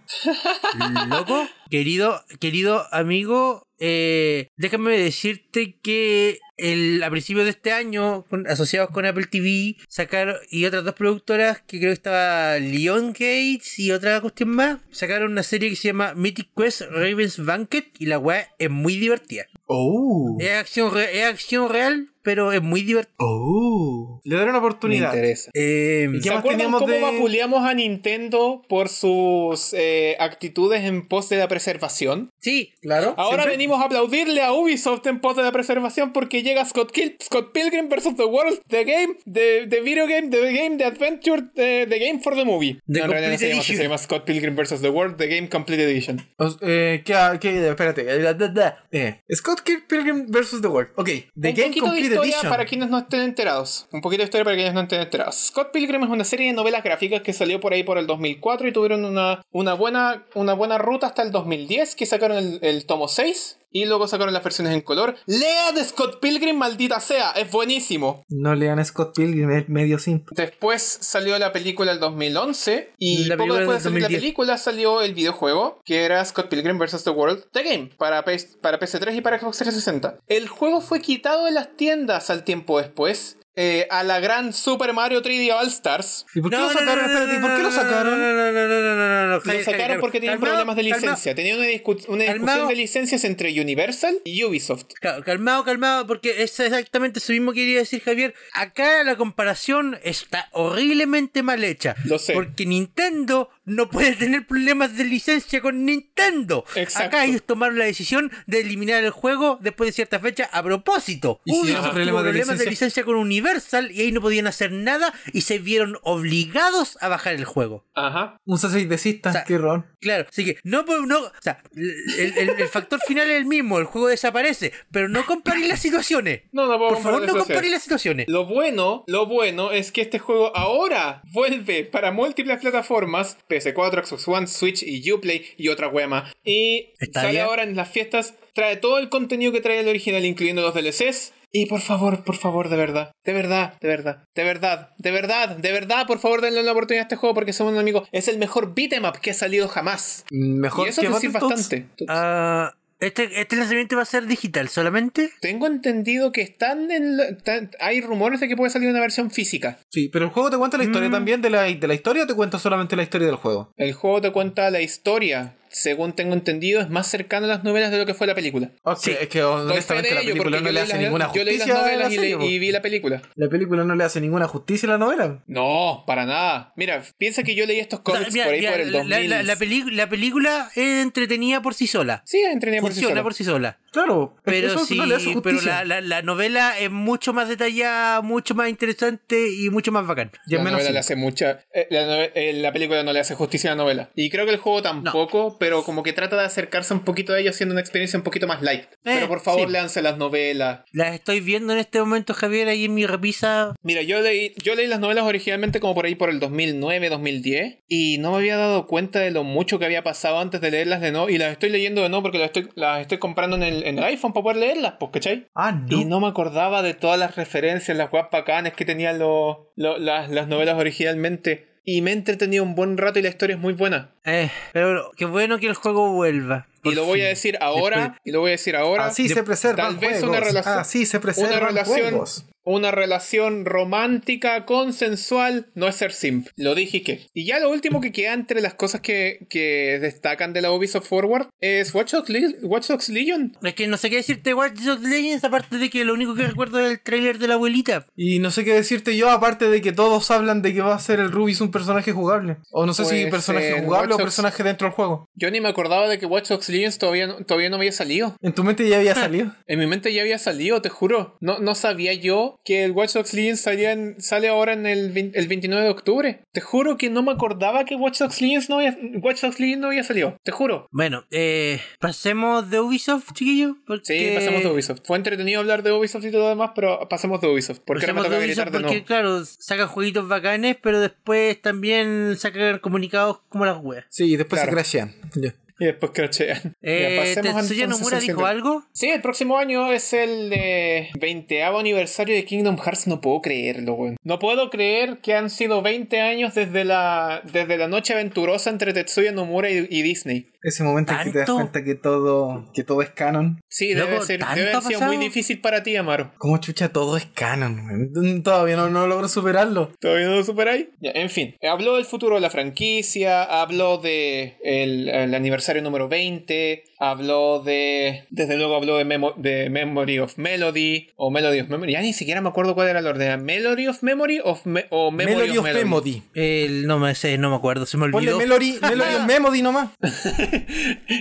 B: Loco, querido, querido amigo, eh, déjame decirte que el, a principios de este año, con- asociados con Apple TV, sacaron, y otras dos productoras, que creo que estaba Leon Gates y otra cuestión más, sacaron una serie que se llama Mythic Quest Raven's Banquet, y la weá es muy divertida.
C: Oh.
B: Es acción, re- es acción real, pero es muy divertida.
C: Oh. Le daré una
A: Me
C: oportunidad.
A: interesa.
B: Eh,
C: ¿Y
A: ¿Se
C: qué más
A: acuerdan
C: teníamos
A: cómo
C: de-
A: vapuleamos a Nintendo por sus eh, actitudes en pos de la preservación?
B: sí,
C: Claro.
A: Ahora
C: siempre.
A: venimos a aplaudirle a Ubisoft en pos de la preservación porque llega Scott, Kil- Scott Pilgrim vs. The World, The Game, The, the Video Game, The Game, The Adventure, eh, The, the Game for the Movie.
B: The
A: No, en realidad no
B: Complete
A: se llama así,
B: Edition.
A: se llama Scott Pilgrim vs. The World, The Game Complete Edition.
C: Os- eh, ¿qué, qué- espérate. Da, da, da. Eh, Scott Kirk Pilgrim vs. The World. Ok. The
A: un
C: Game
A: poquito de
C: Complete
A: historia
C: Edition.
A: para quienes no estén enterados. Un poquito de historia para quienes no estén enterados. Scott Pilgrim es una serie de novelas gráficas que salió por ahí por el 2004 y tuvieron una, una, buena, una buena ruta hasta el 2010 que sacaron el, el tomo 6 y luego sacaron las versiones en color. Lea de Scott Pilgrim, maldita sea, es buenísimo.
C: No lean a Scott Pilgrim, es medio simp.
A: Después salió la película el 2011 y
B: La
A: poco
B: película
A: después de
B: del
A: salir la
B: 2010.
A: película salió el videojuego que era Scott Pilgrim vs. The World The Game para, PS para PC3 y para Xbox 360. El juego fue quitado de las tiendas al tiempo después eh, a la gran Super Mario 3D All Stars.
C: ¿Y por qué
B: No,
C: lo
B: no,
C: sacaron?
B: no, no,
C: Espérate, ¿y por
B: no,
C: qué lo
B: no, No,
C: sacaron?
B: no, no, no, no, no, no, no,
A: Lo
B: Javier,
A: sacaron
B: Javier,
A: porque tenían
B: calmado,
A: problemas de
B: calmado.
A: licencia. Tenían una, discu- una discusión
B: Calmado.
A: de licencias entre Universal y Ubisoft.
B: Ca- Calmado, calmado, porque es exactamente eso mismo que quería decir Javier. Acá la comparación está horriblemente mal hecha.
A: Lo sé.
B: Porque Nintendo no puede tener problemas de licencia con Nintendo.
A: Exacto.
B: Acá ellos tomaron la decisión de eliminar el juego después de cierta fecha a propósito.
C: ¿Y si
B: Ubisoft
C: eran
B: tuvo
C: problemas de
B: problemas de
C: licencia?
B: licencia con Universal y ahí no podían hacer nada y se vieron obligados a bajar el juego.
A: Ajá.
C: Un sacerdotisista,
B: O sea,
C: qué ron.
B: Claro, así que no, po- no, o sea, el, el- el factor final es el mismo, el juego desaparece, pero no comparéis las situaciones.
A: No, no puedo
B: Por
A: comparar
B: favor, no
A: eso, sí.
B: comparéis las situaciones.
A: Lo bueno, lo bueno es que este juego ahora vuelve para múltiples plataformas, PS4, Xbox One, Switch y Uplay y otra más Y
B: Está
A: sale
B: bien.
A: ahora en las fiestas, trae todo el contenido que trae el original, incluyendo los DLCs. Y por favor, por favor, de verdad, de verdad, de verdad, de verdad, de verdad, de verdad, por favor, denle una oportunidad a este juego porque somos un amigo. Es el mejor beat'em up que ha salido jamás.
C: Mejor
A: y eso
C: que
A: es decir
C: Battletoads.
A: bastante.
B: Ah, ¿Este, ¿Este lanzamiento va a ser digital solamente?
A: Tengo entendido que están en la- tan- hay rumores de que puede salir una versión física.
C: Sí, pero el juego te cuenta la historia también de la, de la historia o te cuenta solamente la historia del juego.
A: El juego te cuenta la historia. Según tengo entendido, es más cercano a las novelas de lo que fue la película.
C: Ok,
B: Sí.
C: es que
A: Doy fe
C: honestamente
A: de
C: la
A: ello, porque
C: película no
A: yo
C: le
A: leí
C: hace
A: las-
C: ninguna
A: Yo leí las
C: justicia. a la
A: novelas y,
C: serie,
A: le-
C: po.
A: y vi la película.
C: La película no le hace ninguna justicia a la novela.
A: No, para nada. Mira, piensa que yo leí estos
B: O sea,
A: cómics
B: mira,
A: por ahí
B: mira,
A: por el
B: la-
A: 2000.
B: la, la, pelicu- la película es entretenida por sí sola.
A: Sí, entrené por sí
B: Funciona
A: sola.
B: por sí sola.
C: Claro, es que
B: Pero
C: eso
B: sí,
C: no le hace
B: pero la,
C: justicia.
B: la- la novela es mucho más detallada, mucho más interesante y mucho más bacán.
C: Y es
A: la
C: menos
A: novela
C: sí.
A: le hace mucha. eh, la, nove- eh, la película no le hace justicia a la novela. Y creo que el juego tampoco, pero como que trata de acercarse un poquito a ella haciendo una experiencia un poquito más light. pero por favor,
B: Eh, sí.
A: leanse las novelas.
B: Las estoy viendo en este momento, Javier, ahí en mi repisa.
A: Mira, yo leí, yo leí las novelas originalmente como por ahí por el 2009, 2010 y no me había dado cuenta de lo mucho que había pasado antes de leerlas de no y las estoy leyendo de no porque las estoy, las estoy comprando en el, en el iPhone para poder leerlas, pues, ¿cachai?
C: Ah,
A: Y no me acordaba de todas las referencias, las guapas bacanes que tenían los- lo- las, las novelas originalmente y me he entretenido un buen rato y la historia es muy buena.
B: Eh, pero qué bueno que el juego vuelva.
A: Y lo voy a
B: fin.
A: decir ahora, y lo voy a decir ahora.
C: Así
A: de-
C: se preservan
A: tal vez
C: juegos.
A: una relación-
C: Así se preservan
A: una relación,
C: juegos.
A: una relación romántica, consensual, no es ser simp. Lo dije y que. Y ya lo último que queda entre las cosas que, que destacan de la Ubisoft Forward es Watch Dogs, Le- Watch Dogs Legion.
B: Es que no sé qué decirte, Watch Dogs Legends, aparte de que lo único que recuerdo es el tráiler de la abuelita.
C: Y no sé qué decirte yo, aparte de que todos hablan de que va a ser el Rubius un personaje jugable. O no sé si
A: Pues,
C: personaje
A: en
C: jugable o
A: Watch Dogs-
C: personaje dentro del juego.
A: Yo ni me acordaba de que Watch Dogs Legion todavía no, todavía no había salido.
C: En tu mente ya había salido.
A: En mi mente ya había salido, te juro. No, no sabía yo que el Watch Dogs Legion salía en- sale ahora en el, vein- el 29 de octubre. Te juro que no me acordaba que Watch Dogs Legion no había, Watch Dogs Legion no había salido. Te juro.
B: Bueno, eh, pasemos de Ubisoft, chiquillo. Porque...
A: Sí, pasemos de Ubisoft. Fue entretenido hablar de Ubisoft y todo lo demás, pero pasemos de Ubisoft. Porque ahora me
B: Pasemos
A: toca
B: de Ubisoft
A: gritar de
B: porque,
A: nuevo.
B: claro, sacan jueguitos bacanes, pero después también sacan comunicados como las weas.
C: Sí, y después
A: Claro.
C: se crashean. Ya.
A: Y después crachean. Ya,
B: Eh,
A: pasemos
B: Tetsuya
A: entonces
B: Nomura
A: al
B: dijo
A: siguiente.
B: algo.
A: Sí, el próximo año es el de 20 aniversario de Kingdom Hearts. No puedo creerlo, weón. No puedo creer que han sido 20 años desde la, desde la noche aventurosa entre Tetsuya Nomura y, y Disney.
C: Ese momento en que te das
B: ¿Tanto?
C: cuenta que todo, que todo es canon.
A: Sí,
B: Loco,
A: debe, ser,
B: ¿tanto
A: debe
B: ha
A: haber sido
B: pasado?
A: muy difícil para ti, Amaro.
C: Como chucha, todo es canon. man. Todavía no, no logro superarlo.
A: ¿Todavía no lo superáis? Ya, en fin, habló del futuro de la franquicia, habló de el, el aniversario número 20, habló de... Desde luego habló de, Memo- de Memory of Melody, o Melody of Memory, ya ni siquiera me acuerdo cuál era la orden, ¿Melody of Memory of me- o Memory
C: Melody
A: of
C: of
A: Melody?
C: Memody.
B: El, no me sé, no me acuerdo, se me
C: Ponle
B: olvidó.
C: Melody, Melody of Memody nomás.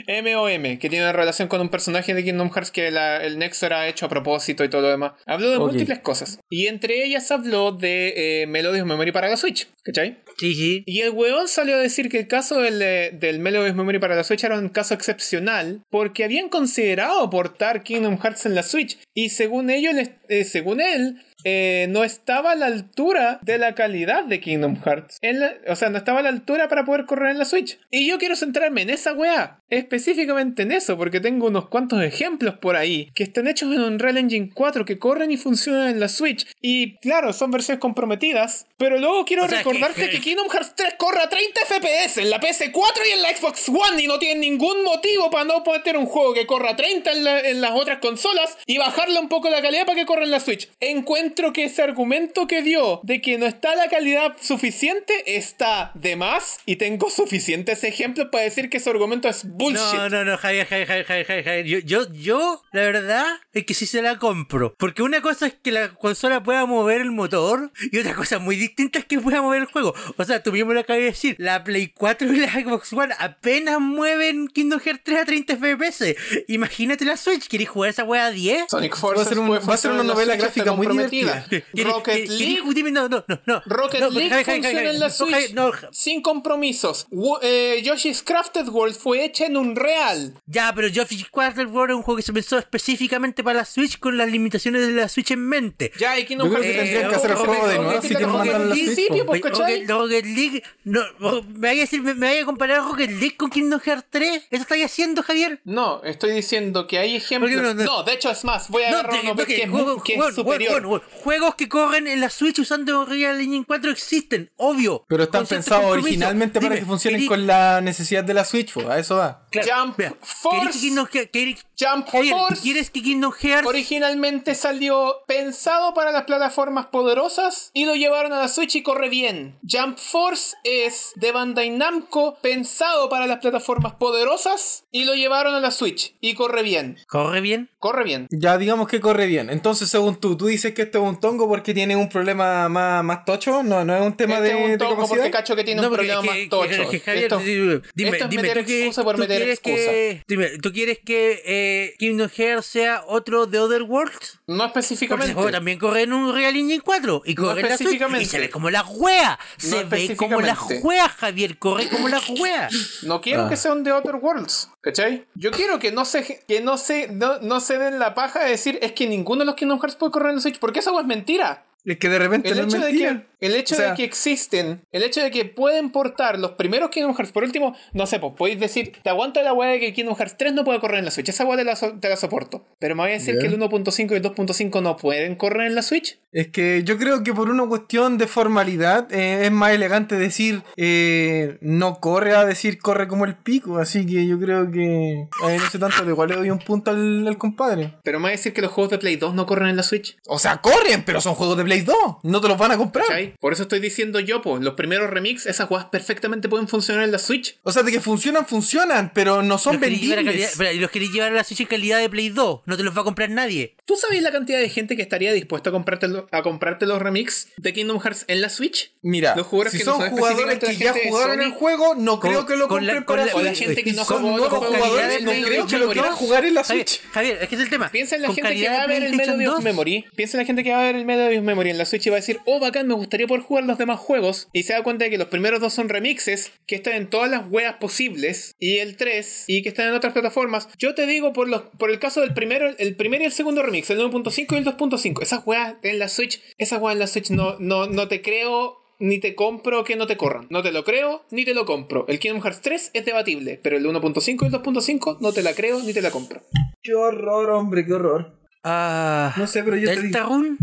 A: M.O.M., que tiene una relación con un personaje de Kingdom Hearts que la- el nexo era hecho a propósito y todo lo demás. Habló de
C: Ok.
A: múltiples cosas, y entre ellas habló de eh, Melody of Memory para la Switch, ¿cachai?
B: Sí, sí.
A: Y el weón salió a decir que el caso del, eh, del Melody of Memory para la Switch era un caso excepcional porque habían considerado portar Kingdom Hearts en la Switch y según ellos, les- eh, según él, eh, no estaba a la altura de la calidad de Kingdom Hearts. En la- o sea, no estaba a la altura para poder correr en la Switch. Y yo quiero centrarme en esa weá, específicamente en eso, porque tengo unos cuantos ejemplos por ahí que están hechos en Unreal Engine 4 que corren y funcionan en la Switch. Y claro, son versiones comprometidas, pero luego quiero
B: O sea,
A: recordarte
B: que-
A: que Kingdom Hearts 3 corre a 30 FPS en la PS4 y en la Xbox One y no tienen ningún motivo para no poder tener un juego que corra a 30 en, la- en las otras consolas y bajarle un poco la calidad para que corra en la Switch. Encuentro que ese argumento que dio de que no está la calidad suficiente está de más y tengo suficientes ejemplos para decir que ese argumento es bullshit.
B: No, no, no, Javier, Javier, Javier, Javier, Javier, Javier. Yo, yo, yo, la verdad es que sí se la compro. Porque una cosa es que la consola pueda mover el motor y otra cosa muy distinta es que pueda mover el juego. O sea, tú mismo lo acabas de decir, la Play 4 y la Xbox One apenas mueven Kingdom Hearts 3 a 30 FPS. Imagínate la Switch, ¿querés jugar esa wea a 10?
A: Sonic
C: Forces puede funcionar en la Switch, está comprometida.
B: ¿Querés-
A: Rocket
B: querés- querés
A: League
B: discutirme? No, no, no, no.
A: Rocket
B: No,
A: League
B: Javier, Javier,
A: funciona
B: Javier,
A: en la
B: no,
A: Switch
B: Javier, no, Ja-
A: sin compromisos. Wo- eh, Yoshi's Crafted World fue hecha en un real.
B: Ya, pero Geoffrey Quarter World es un juego que se pensó específicamente para la Switch con las limitaciones de la Switch en mente.
A: Ya, y Kingdom
C: Yo creo
A: Hearts
C: que
B: Eh,
C: tendrían que hacer el
B: Rocket-
C: juego de nuevo
B: Rocket-
C: si quieren
B: Rocket
C: mandarlo a la
B: League,
C: Switch.
A: sí,
C: po.
A: sí, po.
B: Oye,
A: ¿cachai?
B: Rocket, Rocket League, no, ro- me vaya a decir, me, me vaya a comparar Rocket League con Kingdom Hearts 3. ¿Eso estáis haciendo, Javier?
A: No, estoy diciendo que hay ejemplos.
B: Porque
A: No,
B: no, no.
A: de hecho es más, voy a agarrar
B: te-
A: uno
B: porque
A: que Eh, es,
B: juego-
A: mu- que es
B: juego-
A: superior.
B: juego- juego- juegos que corren en la Switch usando Real Engine 4 existen, obvio.
C: Pero están
B: Con cierto
C: pensados
B: compromiso.
C: originalmente para
B: Dime,
C: que funcionen
B: ¿querí-
C: con la necesidad de la Switch, po. a eso va.
A: Jump
B: Mira, ¿queréis que
A: Force.
B: Kingdom Hearts- queréis-
A: Jump
B: Javier, ¿tú
A: Force.
B: ¿Quieres que Kingdom Hearts
A: Originalmente salió pensado para las plataformas poderosas y lo llevaron a la Switch y corre bien. Jump Force es de Bandai Namco pensado para las plataformas poderosas y lo llevaron a la Switch y corre bien.
B: corre bien?
A: Corre bien.
C: Ya digamos que corre bien. Entonces, según tú, tú dices que este es un tongo porque tiene un problema más, más tocho. No, no es un tema
A: Este
C: de,
A: es un
C: de
A: tongo
C: capacidad.
A: porque cacho que tiene un
B: porque
A: problema
B: es
A: más
B: que-
A: tocho.
B: que- que Javier,
A: Esto-
B: di- dime,
A: esto es
B: dime,
A: meter
B: tú que,
A: excusa por
B: tú
A: meter
B: quieres
A: excusa.
B: que, dime, ¿tú quieres que eh, Kingdom Hearts sea otro de Other Worlds?
A: No
B: Porque ese
A: específicamente.
B: juego también corre en un Real Engine 4 y corre en la Switch y se
A: específicamente.
B: ve como la wea.
A: No
B: Se ve como la
A: específicamente.
B: wea, Javier, corre como la wea.
A: No quiero
C: Ah.
A: que sea un The Other Worlds, ¿cachai? Yo quiero que no se, que no se, no, no se den la paja de decir es que ninguno de los Kingdom Hearts puede correr en la Switch, porque eso es mentira.
C: Es que de repente
A: El
C: no es
A: hecho, de
C: mentira.
A: que, el hecho
C: O sea-
A: de que existen, el hecho de que pueden portar los primeros Kingdom Hearts, por último, no sé, pues podéis decir, te aguanto la weá de que Kingdom Hearts 3 no puede correr en la Switch, esa weá te la, so- te la soporto. Pero me voy a decir
C: Ya.
A: que el 1.5 y el 2.5 no pueden correr en la Switch.
C: Es que yo creo que por una cuestión de formalidad eh, es más elegante decir eh, no corre a decir corre como el pico. Así que yo creo que eh, no sé tanto, de igual le doy un punto al, al compadre.
A: Pero me voy a decir que los juegos de Play 2 no corren en la Switch.
C: O sea, corren, pero son juegos de Play 2. No te los van a comprar.
A: ¿Cachai? Por eso estoy diciendo yo, pues, los primeros remix, esas weas perfectamente pueden funcionar en la Switch.
C: O sea, de que funcionan, funcionan, pero no son
B: Los queréis llevar a calidad-
C: vendibles.
B: espera, y los queréis llevar a la Switch en calidad de Play 2, no te los va a comprar nadie.
A: ¿Tú sabes la cantidad de gente que estaría dispuesta a comprarte, lo- a comprarte los remix de Kingdom Hearts en la Switch?
C: Mira,
A: Los jugadores
C: si
A: que no
C: son
A: son
C: jugadores que
A: específicamente la
C: ya
A: gente de
C: jugaron el
A: Sony.
C: juego, no
B: Con-
C: creo que lo
B: con
C: compren
B: la- con
C: para
B: la-
A: con la
C: Switch.
A: gente que no
C: Y son
A: jugó los
C: nuevos
A: juegos de
C: jugadores,
A: Play
C: no
A: Memory
C: creo que
A: Memory
C: lo quieran
A: Memory.
C: jugar en la
B: Javier,
C: Switch.
B: Javier, es que ese es el tema.
A: Piensa en la
B: Con
A: gente que
B: calidad
A: va a
B: de
A: ver el
B: PlayStation
A: Melody of
B: 2.
A: Memory. Piensa en la gente que va a ver el Melody of Memory en la Switch y va a decir, oh bacán, me gustaría poder jugar los demás juegos. Y se da cuenta de que los primeros dos son remixes, que están en todas las weas posibles, y el 3, y que están en otras plataformas. Yo te digo por los, por el caso del primero, el primer y el segundo remix, el 1.5 y el 2.5. Esas weas en la Switch, esas weas en la Switch no, no, no te creo. Ni te compro que no te corran. No te lo creo, ni te lo compro. El Kingdom Hearts 3 es debatible, pero el 1.5 y el 2.5 no te la creo ni te la compro.
C: Qué horror, hombre, qué horror.
B: Ah,
C: No sé, pero yo te
B: Delta
C: digo.
B: Rune.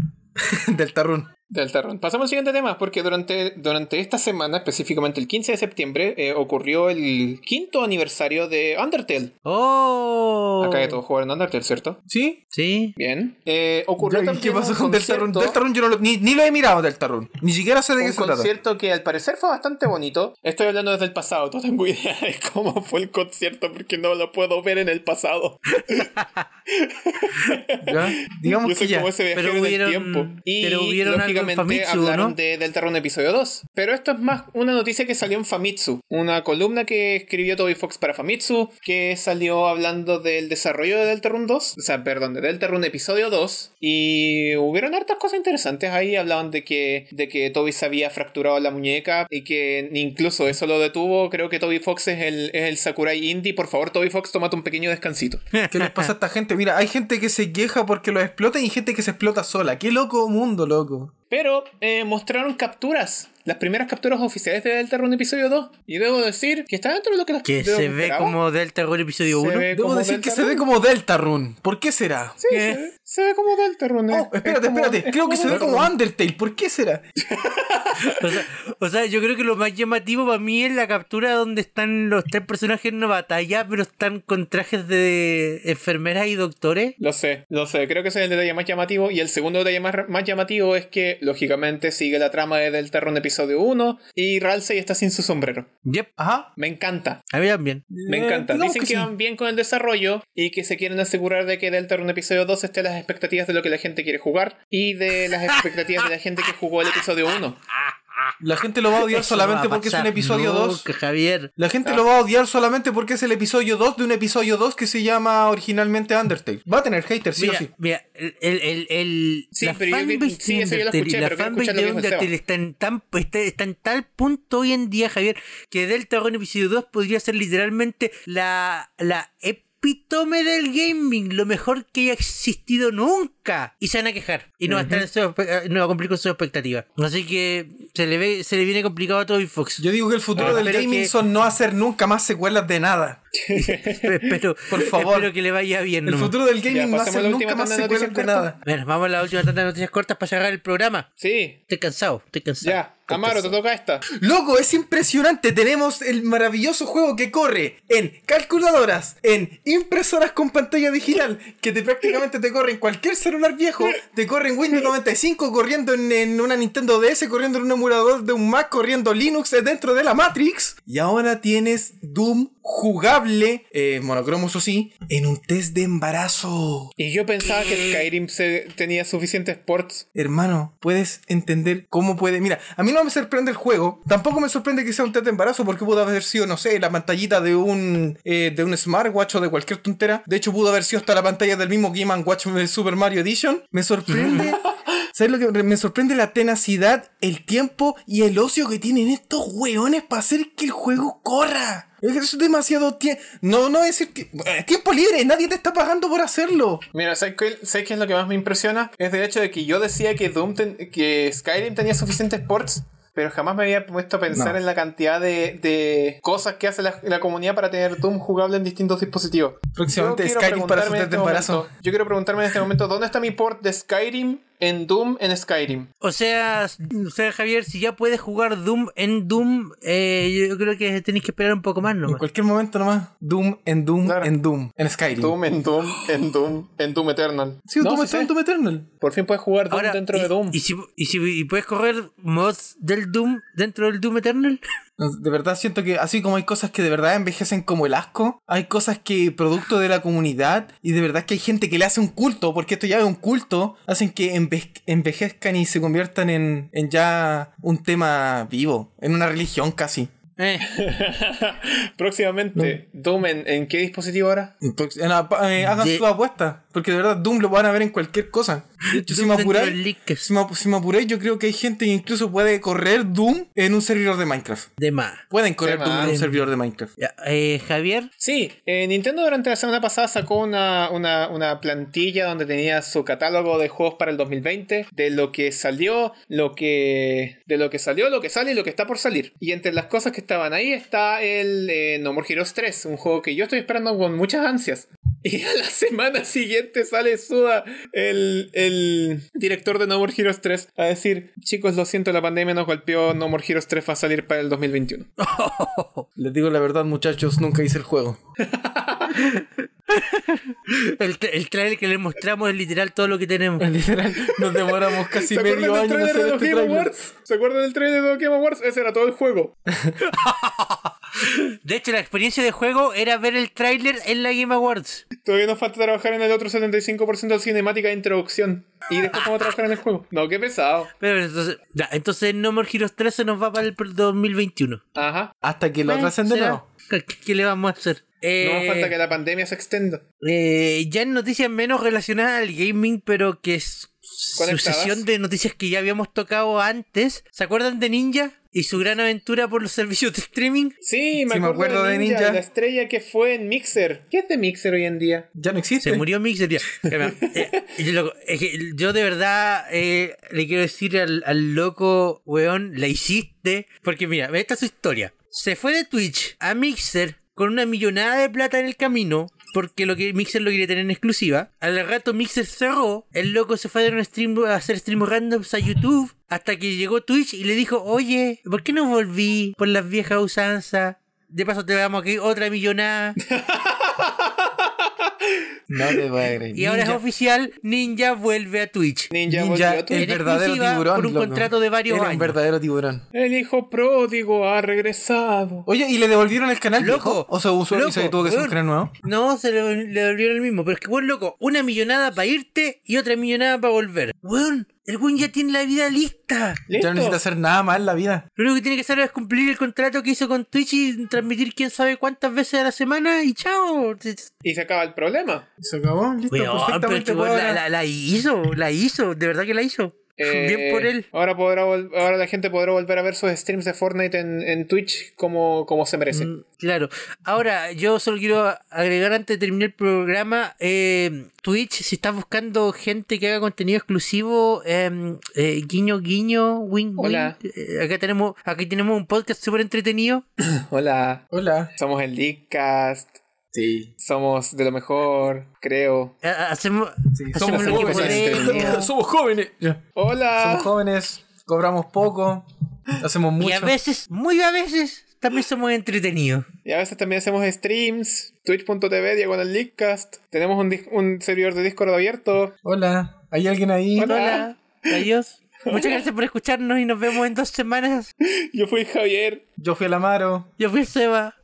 C: Del tarrón.
A: Del Tarrón. Pasamos al siguiente tema, porque durante, durante esta semana, específicamente el 15 de septiembre, eh, ocurrió el quinto aniversario de Undertale.
B: Oh.
A: Acá de todos jugaron Undertale, ¿cierto?
C: ¿Sí?
B: Sí.
A: Bien. Eh, ocurrió
C: Ya, ¿y
A: también
C: ¿Qué pasó
A: un
C: con Delta Run?
A: concierto-
C: Delta Run yo no lo- ni, ni lo he mirado, Delta Run. Ni siquiera sé de qué
A: un
C: se trata.
A: concierto que al parecer fue bastante bonito. Estoy hablando desde el pasado, no tengo idea de cómo fue el concierto porque no lo puedo ver en el pasado.
C: Ya,
A: Yo
C: Digamos que
A: soy
C: ya.
A: como ese viajero
B: Pero
A: en el
B: hubieron-
A: tiempo. Y
B: pero hubieron algo en
A: lógicamente
B: Famitsu,
A: hablaron
B: ¿no?
A: de Delta Run episodio 2. Pero esto es más una noticia que salió en Famitsu. Una columna que escribió Toby Fox para Famitsu, que salió hablando del desarrollo de Delta Run 2. O sea, perdón, de Delta Run episodio 2. Y hubieron hartas cosas interesantes ahí. Hablaban de que, de que Toby se había fracturado la muñeca y que incluso eso lo detuvo. Creo que Toby Fox es el, es el Sakurai Indie. Por favor, Toby Fox, tómate un pequeño descansito.
C: ¿Qué les pasa a esta gente? Mira, hay gente que se queja porque lo explotan y gente que se explota sola. Qué loco mundo, loco.
A: Pero eh, mostraron capturas, las primeras capturas oficiales de Deltarune episodio 2. Y debo decir que está dentro de lo que los
B: Que
A: de lo
B: se
A: que
B: ve
A: esperaba.
B: como Delta Rune episodio
A: Se
B: 1.
A: ve
C: Debo
A: como
C: decir que se ve
A: Deltarune.
C: como Delta Run. ¿Por qué será?
A: Sí, se ve, se ve como Deltarune.
C: Oh, espérate,
A: Es como-
C: espérate.
A: es
C: Creo que se ve como
A: Deltarune.
C: Undertale. ¿Por qué será?
B: O sea, o sea, yo creo que lo más llamativo para mí es la captura donde están los tres personajes en una batalla, pero están con trajes de enfermeras y doctores.
A: Lo sé, lo sé. Creo que ese es el detalle más llamativo. Y el segundo detalle más, más llamativo es que, lógicamente, sigue la trama de Deltarune episodio 1 y Ralsei está sin su sombrero.
B: Yep,
C: Ajá.
A: Me encanta.
B: a mí también.
A: Me
C: Eh,
A: encanta.
C: digamos
A: Dicen
C: que
A: que,
C: sí.
A: van bien con el desarrollo y que se quieren asegurar de que Delta Rune episodio 2 esté a las expectativas de lo que la gente quiere jugar y de las expectativas de la gente que jugó el episodio 1.
C: La gente lo va a odiar
B: Eso va
C: solamente
B: a
C: porque es un
B: pasar
C: episodio
B: nunca,
C: 2.
B: Javier.
C: La gente lo va a odiar solamente porque es el episodio 2 de un episodio 2 que se llama originalmente Undertale. Va a tener haters, sí
B: mira,
C: o sí.
B: mira, el, el, el-
A: Sí,
B: la
A: pero yo que-
B: fanbase
A: sí,
B: de
A: eso yo lo escuché,
B: Undertale, la
A: pero quiero
B: fanbase
A: escuchar lo
B: de
A: que dijo el
B: Undertale está en, tan, está, está en tal punto hoy en día, Javier, que Delta Rune Episodio 2 podría ser literalmente la, la epítome del gaming, lo mejor que haya existido nunca. Y se van a quejar. Y no, va, a estar en su espe- eh, no va a cumplir con sus expectativas. Así que se le, ve, se le viene complicado a Toby Fox.
C: Yo digo que el futuro
B: Ah,
C: del
B: pero
C: gaming
B: que-
C: son no hacer nunca más secuelas de nada.
B: Espero,
C: Por favor.
B: espero que le vaya bien.
C: El
B: nomás.
C: futuro del
A: Ya,
C: gaming no va a
A: pasemos a
C: ser
A: la
C: nunca
A: última
C: más
A: tanda de
C: secuelas de
A: noticias
C: nada.
B: Bueno, vamos a la última tanda de noticias cortas para cerrar el programa.
A: Sí,
B: Estoy cansado, estoy cansado.
A: ya. Amaro, te toca esta.
C: Loco, es impresionante. Tenemos el maravilloso juego que corre en calculadoras, en impresoras con pantalla digital, que te prácticamente te corre en cualquier celular viejo, te corre en Windows 95, corriendo en, en una Nintendo DS, corriendo en un emulador de un Mac, corriendo Linux dentro de la Matrix. Y ahora tienes Doom jugable, eh, monocromo eso sí, en un test de embarazo.
A: Y yo pensaba que Skyrim se- tenía suficientes ports.
C: Hermano, puedes entender cómo puede. Mira, a mí no me sorprende el juego. Tampoco me sorprende que sea un test de embarazo, porque pudo haber sido, no sé, la pantallita de un eh, de un smartwatch o de cualquier tontera. De hecho, pudo haber sido hasta la pantalla del mismo Game Watch del Super Mario Edition. Me sorprende. ¿Sabes lo que me sorprende? La tenacidad, el tiempo y el ocio que tienen estos hueones para hacer que el juego corra. Es demasiado tiempo. No, no decir que. Es tiempo libre, nadie te está pagando por hacerlo.
A: Mira, ¿sabes qué, ¿sabes qué es lo que más me impresiona? Es el hecho de que yo decía que, Doom ten- que Skyrim tenía suficientes ports. Pero jamás me había puesto a pensar en la cantidad de, de cosas que hace la, la comunidad para tener Doom jugable en distintos dispositivos.
C: Próximamente
A: Yo quiero
C: Skyrim para su
A: preguntarme en
C: test
A: este
C: de embarazo.
A: momento- yo quiero preguntarme en este momento, ¿dónde está mi port de Skyrim en Doom en Skyrim?
B: O sea, o sea, Javier, si ya puedes jugar Doom en Doom, eh, yo creo que tenéis que esperar un poco más
C: En
B: nomás.
C: cualquier momento nomás. Doom en Doom
A: Claro.
C: en Doom. En Skyrim.
A: Doom en Doom, en Doom, en Doom Eternal.
C: Sí,
A: No,
C: Doom
A: sí
C: está
A: sé.
C: en Doom Eternal.
A: Por fin puedes jugar Doom
B: Ahora,
A: dentro
B: y,
A: de Doom.
B: Y si, y si y puedes correr mods del Doom dentro del Doom Eternal.
C: No, De verdad siento que así como hay cosas que de verdad envejecen como el asco, hay cosas que producto de la comunidad y de verdad que hay gente que le hace un culto, porque esto ya es un culto, hacen que enve- envejezcan y se conviertan en, en ya un tema vivo, en una religión casi.
B: Eh,
A: Próximamente, Doom en, en qué dispositivo ahora?
C: Entonces, en la- eh, hagan
B: De-
C: su apuesta, porque de verdad Doom lo van a ver en cualquier cosa. De hecho, si
B: Doom
C: me
B: dentro
C: apuráis,
B: del Lickers.
C: si me, ap- si me apuráis, yo creo que hay gente que incluso puede correr Doom en un servidor de Minecraft.
B: de más.
C: Pueden correr
A: Qué
C: Doom en
A: mal.
C: un servidor de Minecraft.
B: Ya, eh, Javier,
A: Sí, eh, Nintendo durante la semana pasada sacó una, una, una plantilla donde tenía su catálogo de juegos para el 2020, de lo que salió, lo que de lo que salió, lo que sale y lo que está por salir. Y entre las cosas que estaban ahí está el eh, No More Heroes 3, un juego que yo estoy esperando con muchas ansias. Y a la semana siguiente sale Suda, el, el director de No More Heroes 3, a decir, chicos, lo siento, la pandemia nos golpeó, No More Heroes 3 va a salir para el 2021.
C: Les digo la verdad, muchachos, nunca hice el juego.
B: el, tra- el trailer que le mostramos es literal todo lo que tenemos.
C: Literal, nos demoramos casi
A: ¿Se acuerdan
C: medio
A: del
C: año en
A: trailer
C: hacer
A: de los
C: este
A: Game
C: trailer.
A: Awards? ¿Se acuerdan del trailer de los Game Awards? Ese era todo el juego.
B: De hecho, la experiencia de juego era ver el trailer en la Game Awards.
A: Todavía nos falta trabajar en el otro 75% de cinemática de introducción. Y después vamos a trabajar en el juego. No, qué pesado.
B: Pero entonces, ya, entonces No More Heroes 3 se nos va para el 2021.
A: Ajá.
C: Hasta que lo
B: Eh,
C: atrasen de
B: ¿será?
C: nuevo.
B: ¿Qué, qué le vamos a hacer?
A: No más
B: Eh,
A: falta que la pandemia se extienda.
B: eh, ya en noticias menos relacionadas al gaming, pero que es
A: Conectadas.
B: sucesión de noticias que ya habíamos tocado antes. ¿Se acuerdan de Ninja y su gran aventura por los servicios de streaming?
A: Sí, me,
C: Sí,
A: acuerdo, de Ninja, La estrella que fue en Mixer. ¿Qué es de Mixer hoy en día?
C: Ya no existe.
B: Se murió Mixer. ya. Calma, eh, yo, loco, es que yo de verdad eh, le quiero decir al, al loco, weón, la hiciste. Porque mira, esta es su historia. Se fue de Twitch a Mixer con una millonada de plata en el camino. Porque lo que Mixer lo quería tener en exclusiva. Al rato Mixer cerró. El loco se fue a, dar un stream, a hacer stream randoms a YouTube. Hasta que llegó Twitch y le dijo, oye, ¿por qué no volví por las viejas usanzas? De paso te damos aquí otra millonada.
C: No te voy a creer.
B: Y ahora es
C: Ninja-
B: oficial, Ninja vuelve a Twitch.
A: Ninja,
C: Ninja,
A: volvió a
C: el
A: Twitch.
B: En
C: verdadero
B: exclusiva
C: tiburón.
B: por un
C: loco.
B: contrato de varios
C: Era un
B: años.
C: verdadero tiburón.
A: El hijo pródigo ha regresado.
C: Oye, ¿y le devolvieron el canal
B: Loco,
C: viejo? ¿O se usó
B: loco,
C: y se tuvo que hacer un
B: weón.
C: canal nuevo?
B: No, se lo- le devolvieron el mismo. Pero es que, weón, loco, una millonada para irte y otra millonada para volver. Weón, el weón ya tiene la vida lista.
C: Ya no necesita
A: ¿Listo?
C: hacer nada más en la vida.
B: Lo único que tiene que hacer es cumplir el contrato que hizo con Twitch y transmitir quién sabe cuántas veces a la semana y chao.
A: Y se acaba el problema.
C: Se acabó, listo,
B: Weón, pero es
C: perfectamente.
B: que, weón,
C: puedo
B: la,
C: ahora-
B: la- la hizo, la hizo, de verdad que la hizo.
A: Eh,
B: Bien por él.
A: Ahora, podrá vol- ahora la gente podrá volver a ver sus streams de Fortnite en, en Twitch como, como se merece.
B: Mm, Claro. Ahora, yo solo quiero agregar antes de terminar el programa, eh, Twitch, si estás buscando gente que haga contenido exclusivo, eh, eh, guiño, guiño, wing, wing.
A: Hola.
B: eh, acá tenemos, aquí tenemos un podcast súper entretenido.
A: Hola.
C: Hola.
A: Somos el Leakcast.
C: Sí.
A: Somos de lo mejor, creo.
B: Ha- Hacemos,
C: Sí,
B: hacemos
A: somos
B: lo que
A: jóvenes,
B: podemos.
C: somos jóvenes.
A: Hola.
C: Somos jóvenes, cobramos poco, hacemos mucho.
B: Ah. Y a veces, muy a veces, también somos entretenidos.
A: Y a veces también hacemos streams. Twitch.tv, diagonal Leakcast. Tenemos un, dis- un servidor de Discord abierto.
C: Hola, ¿hay alguien ahí?
A: Hola.
B: Hola, adiós. Muchas gracias por escucharnos y nos vemos en dos semanas.
A: Yo fui Javier.
C: Yo fui el Amaro.
B: Yo fui Seba.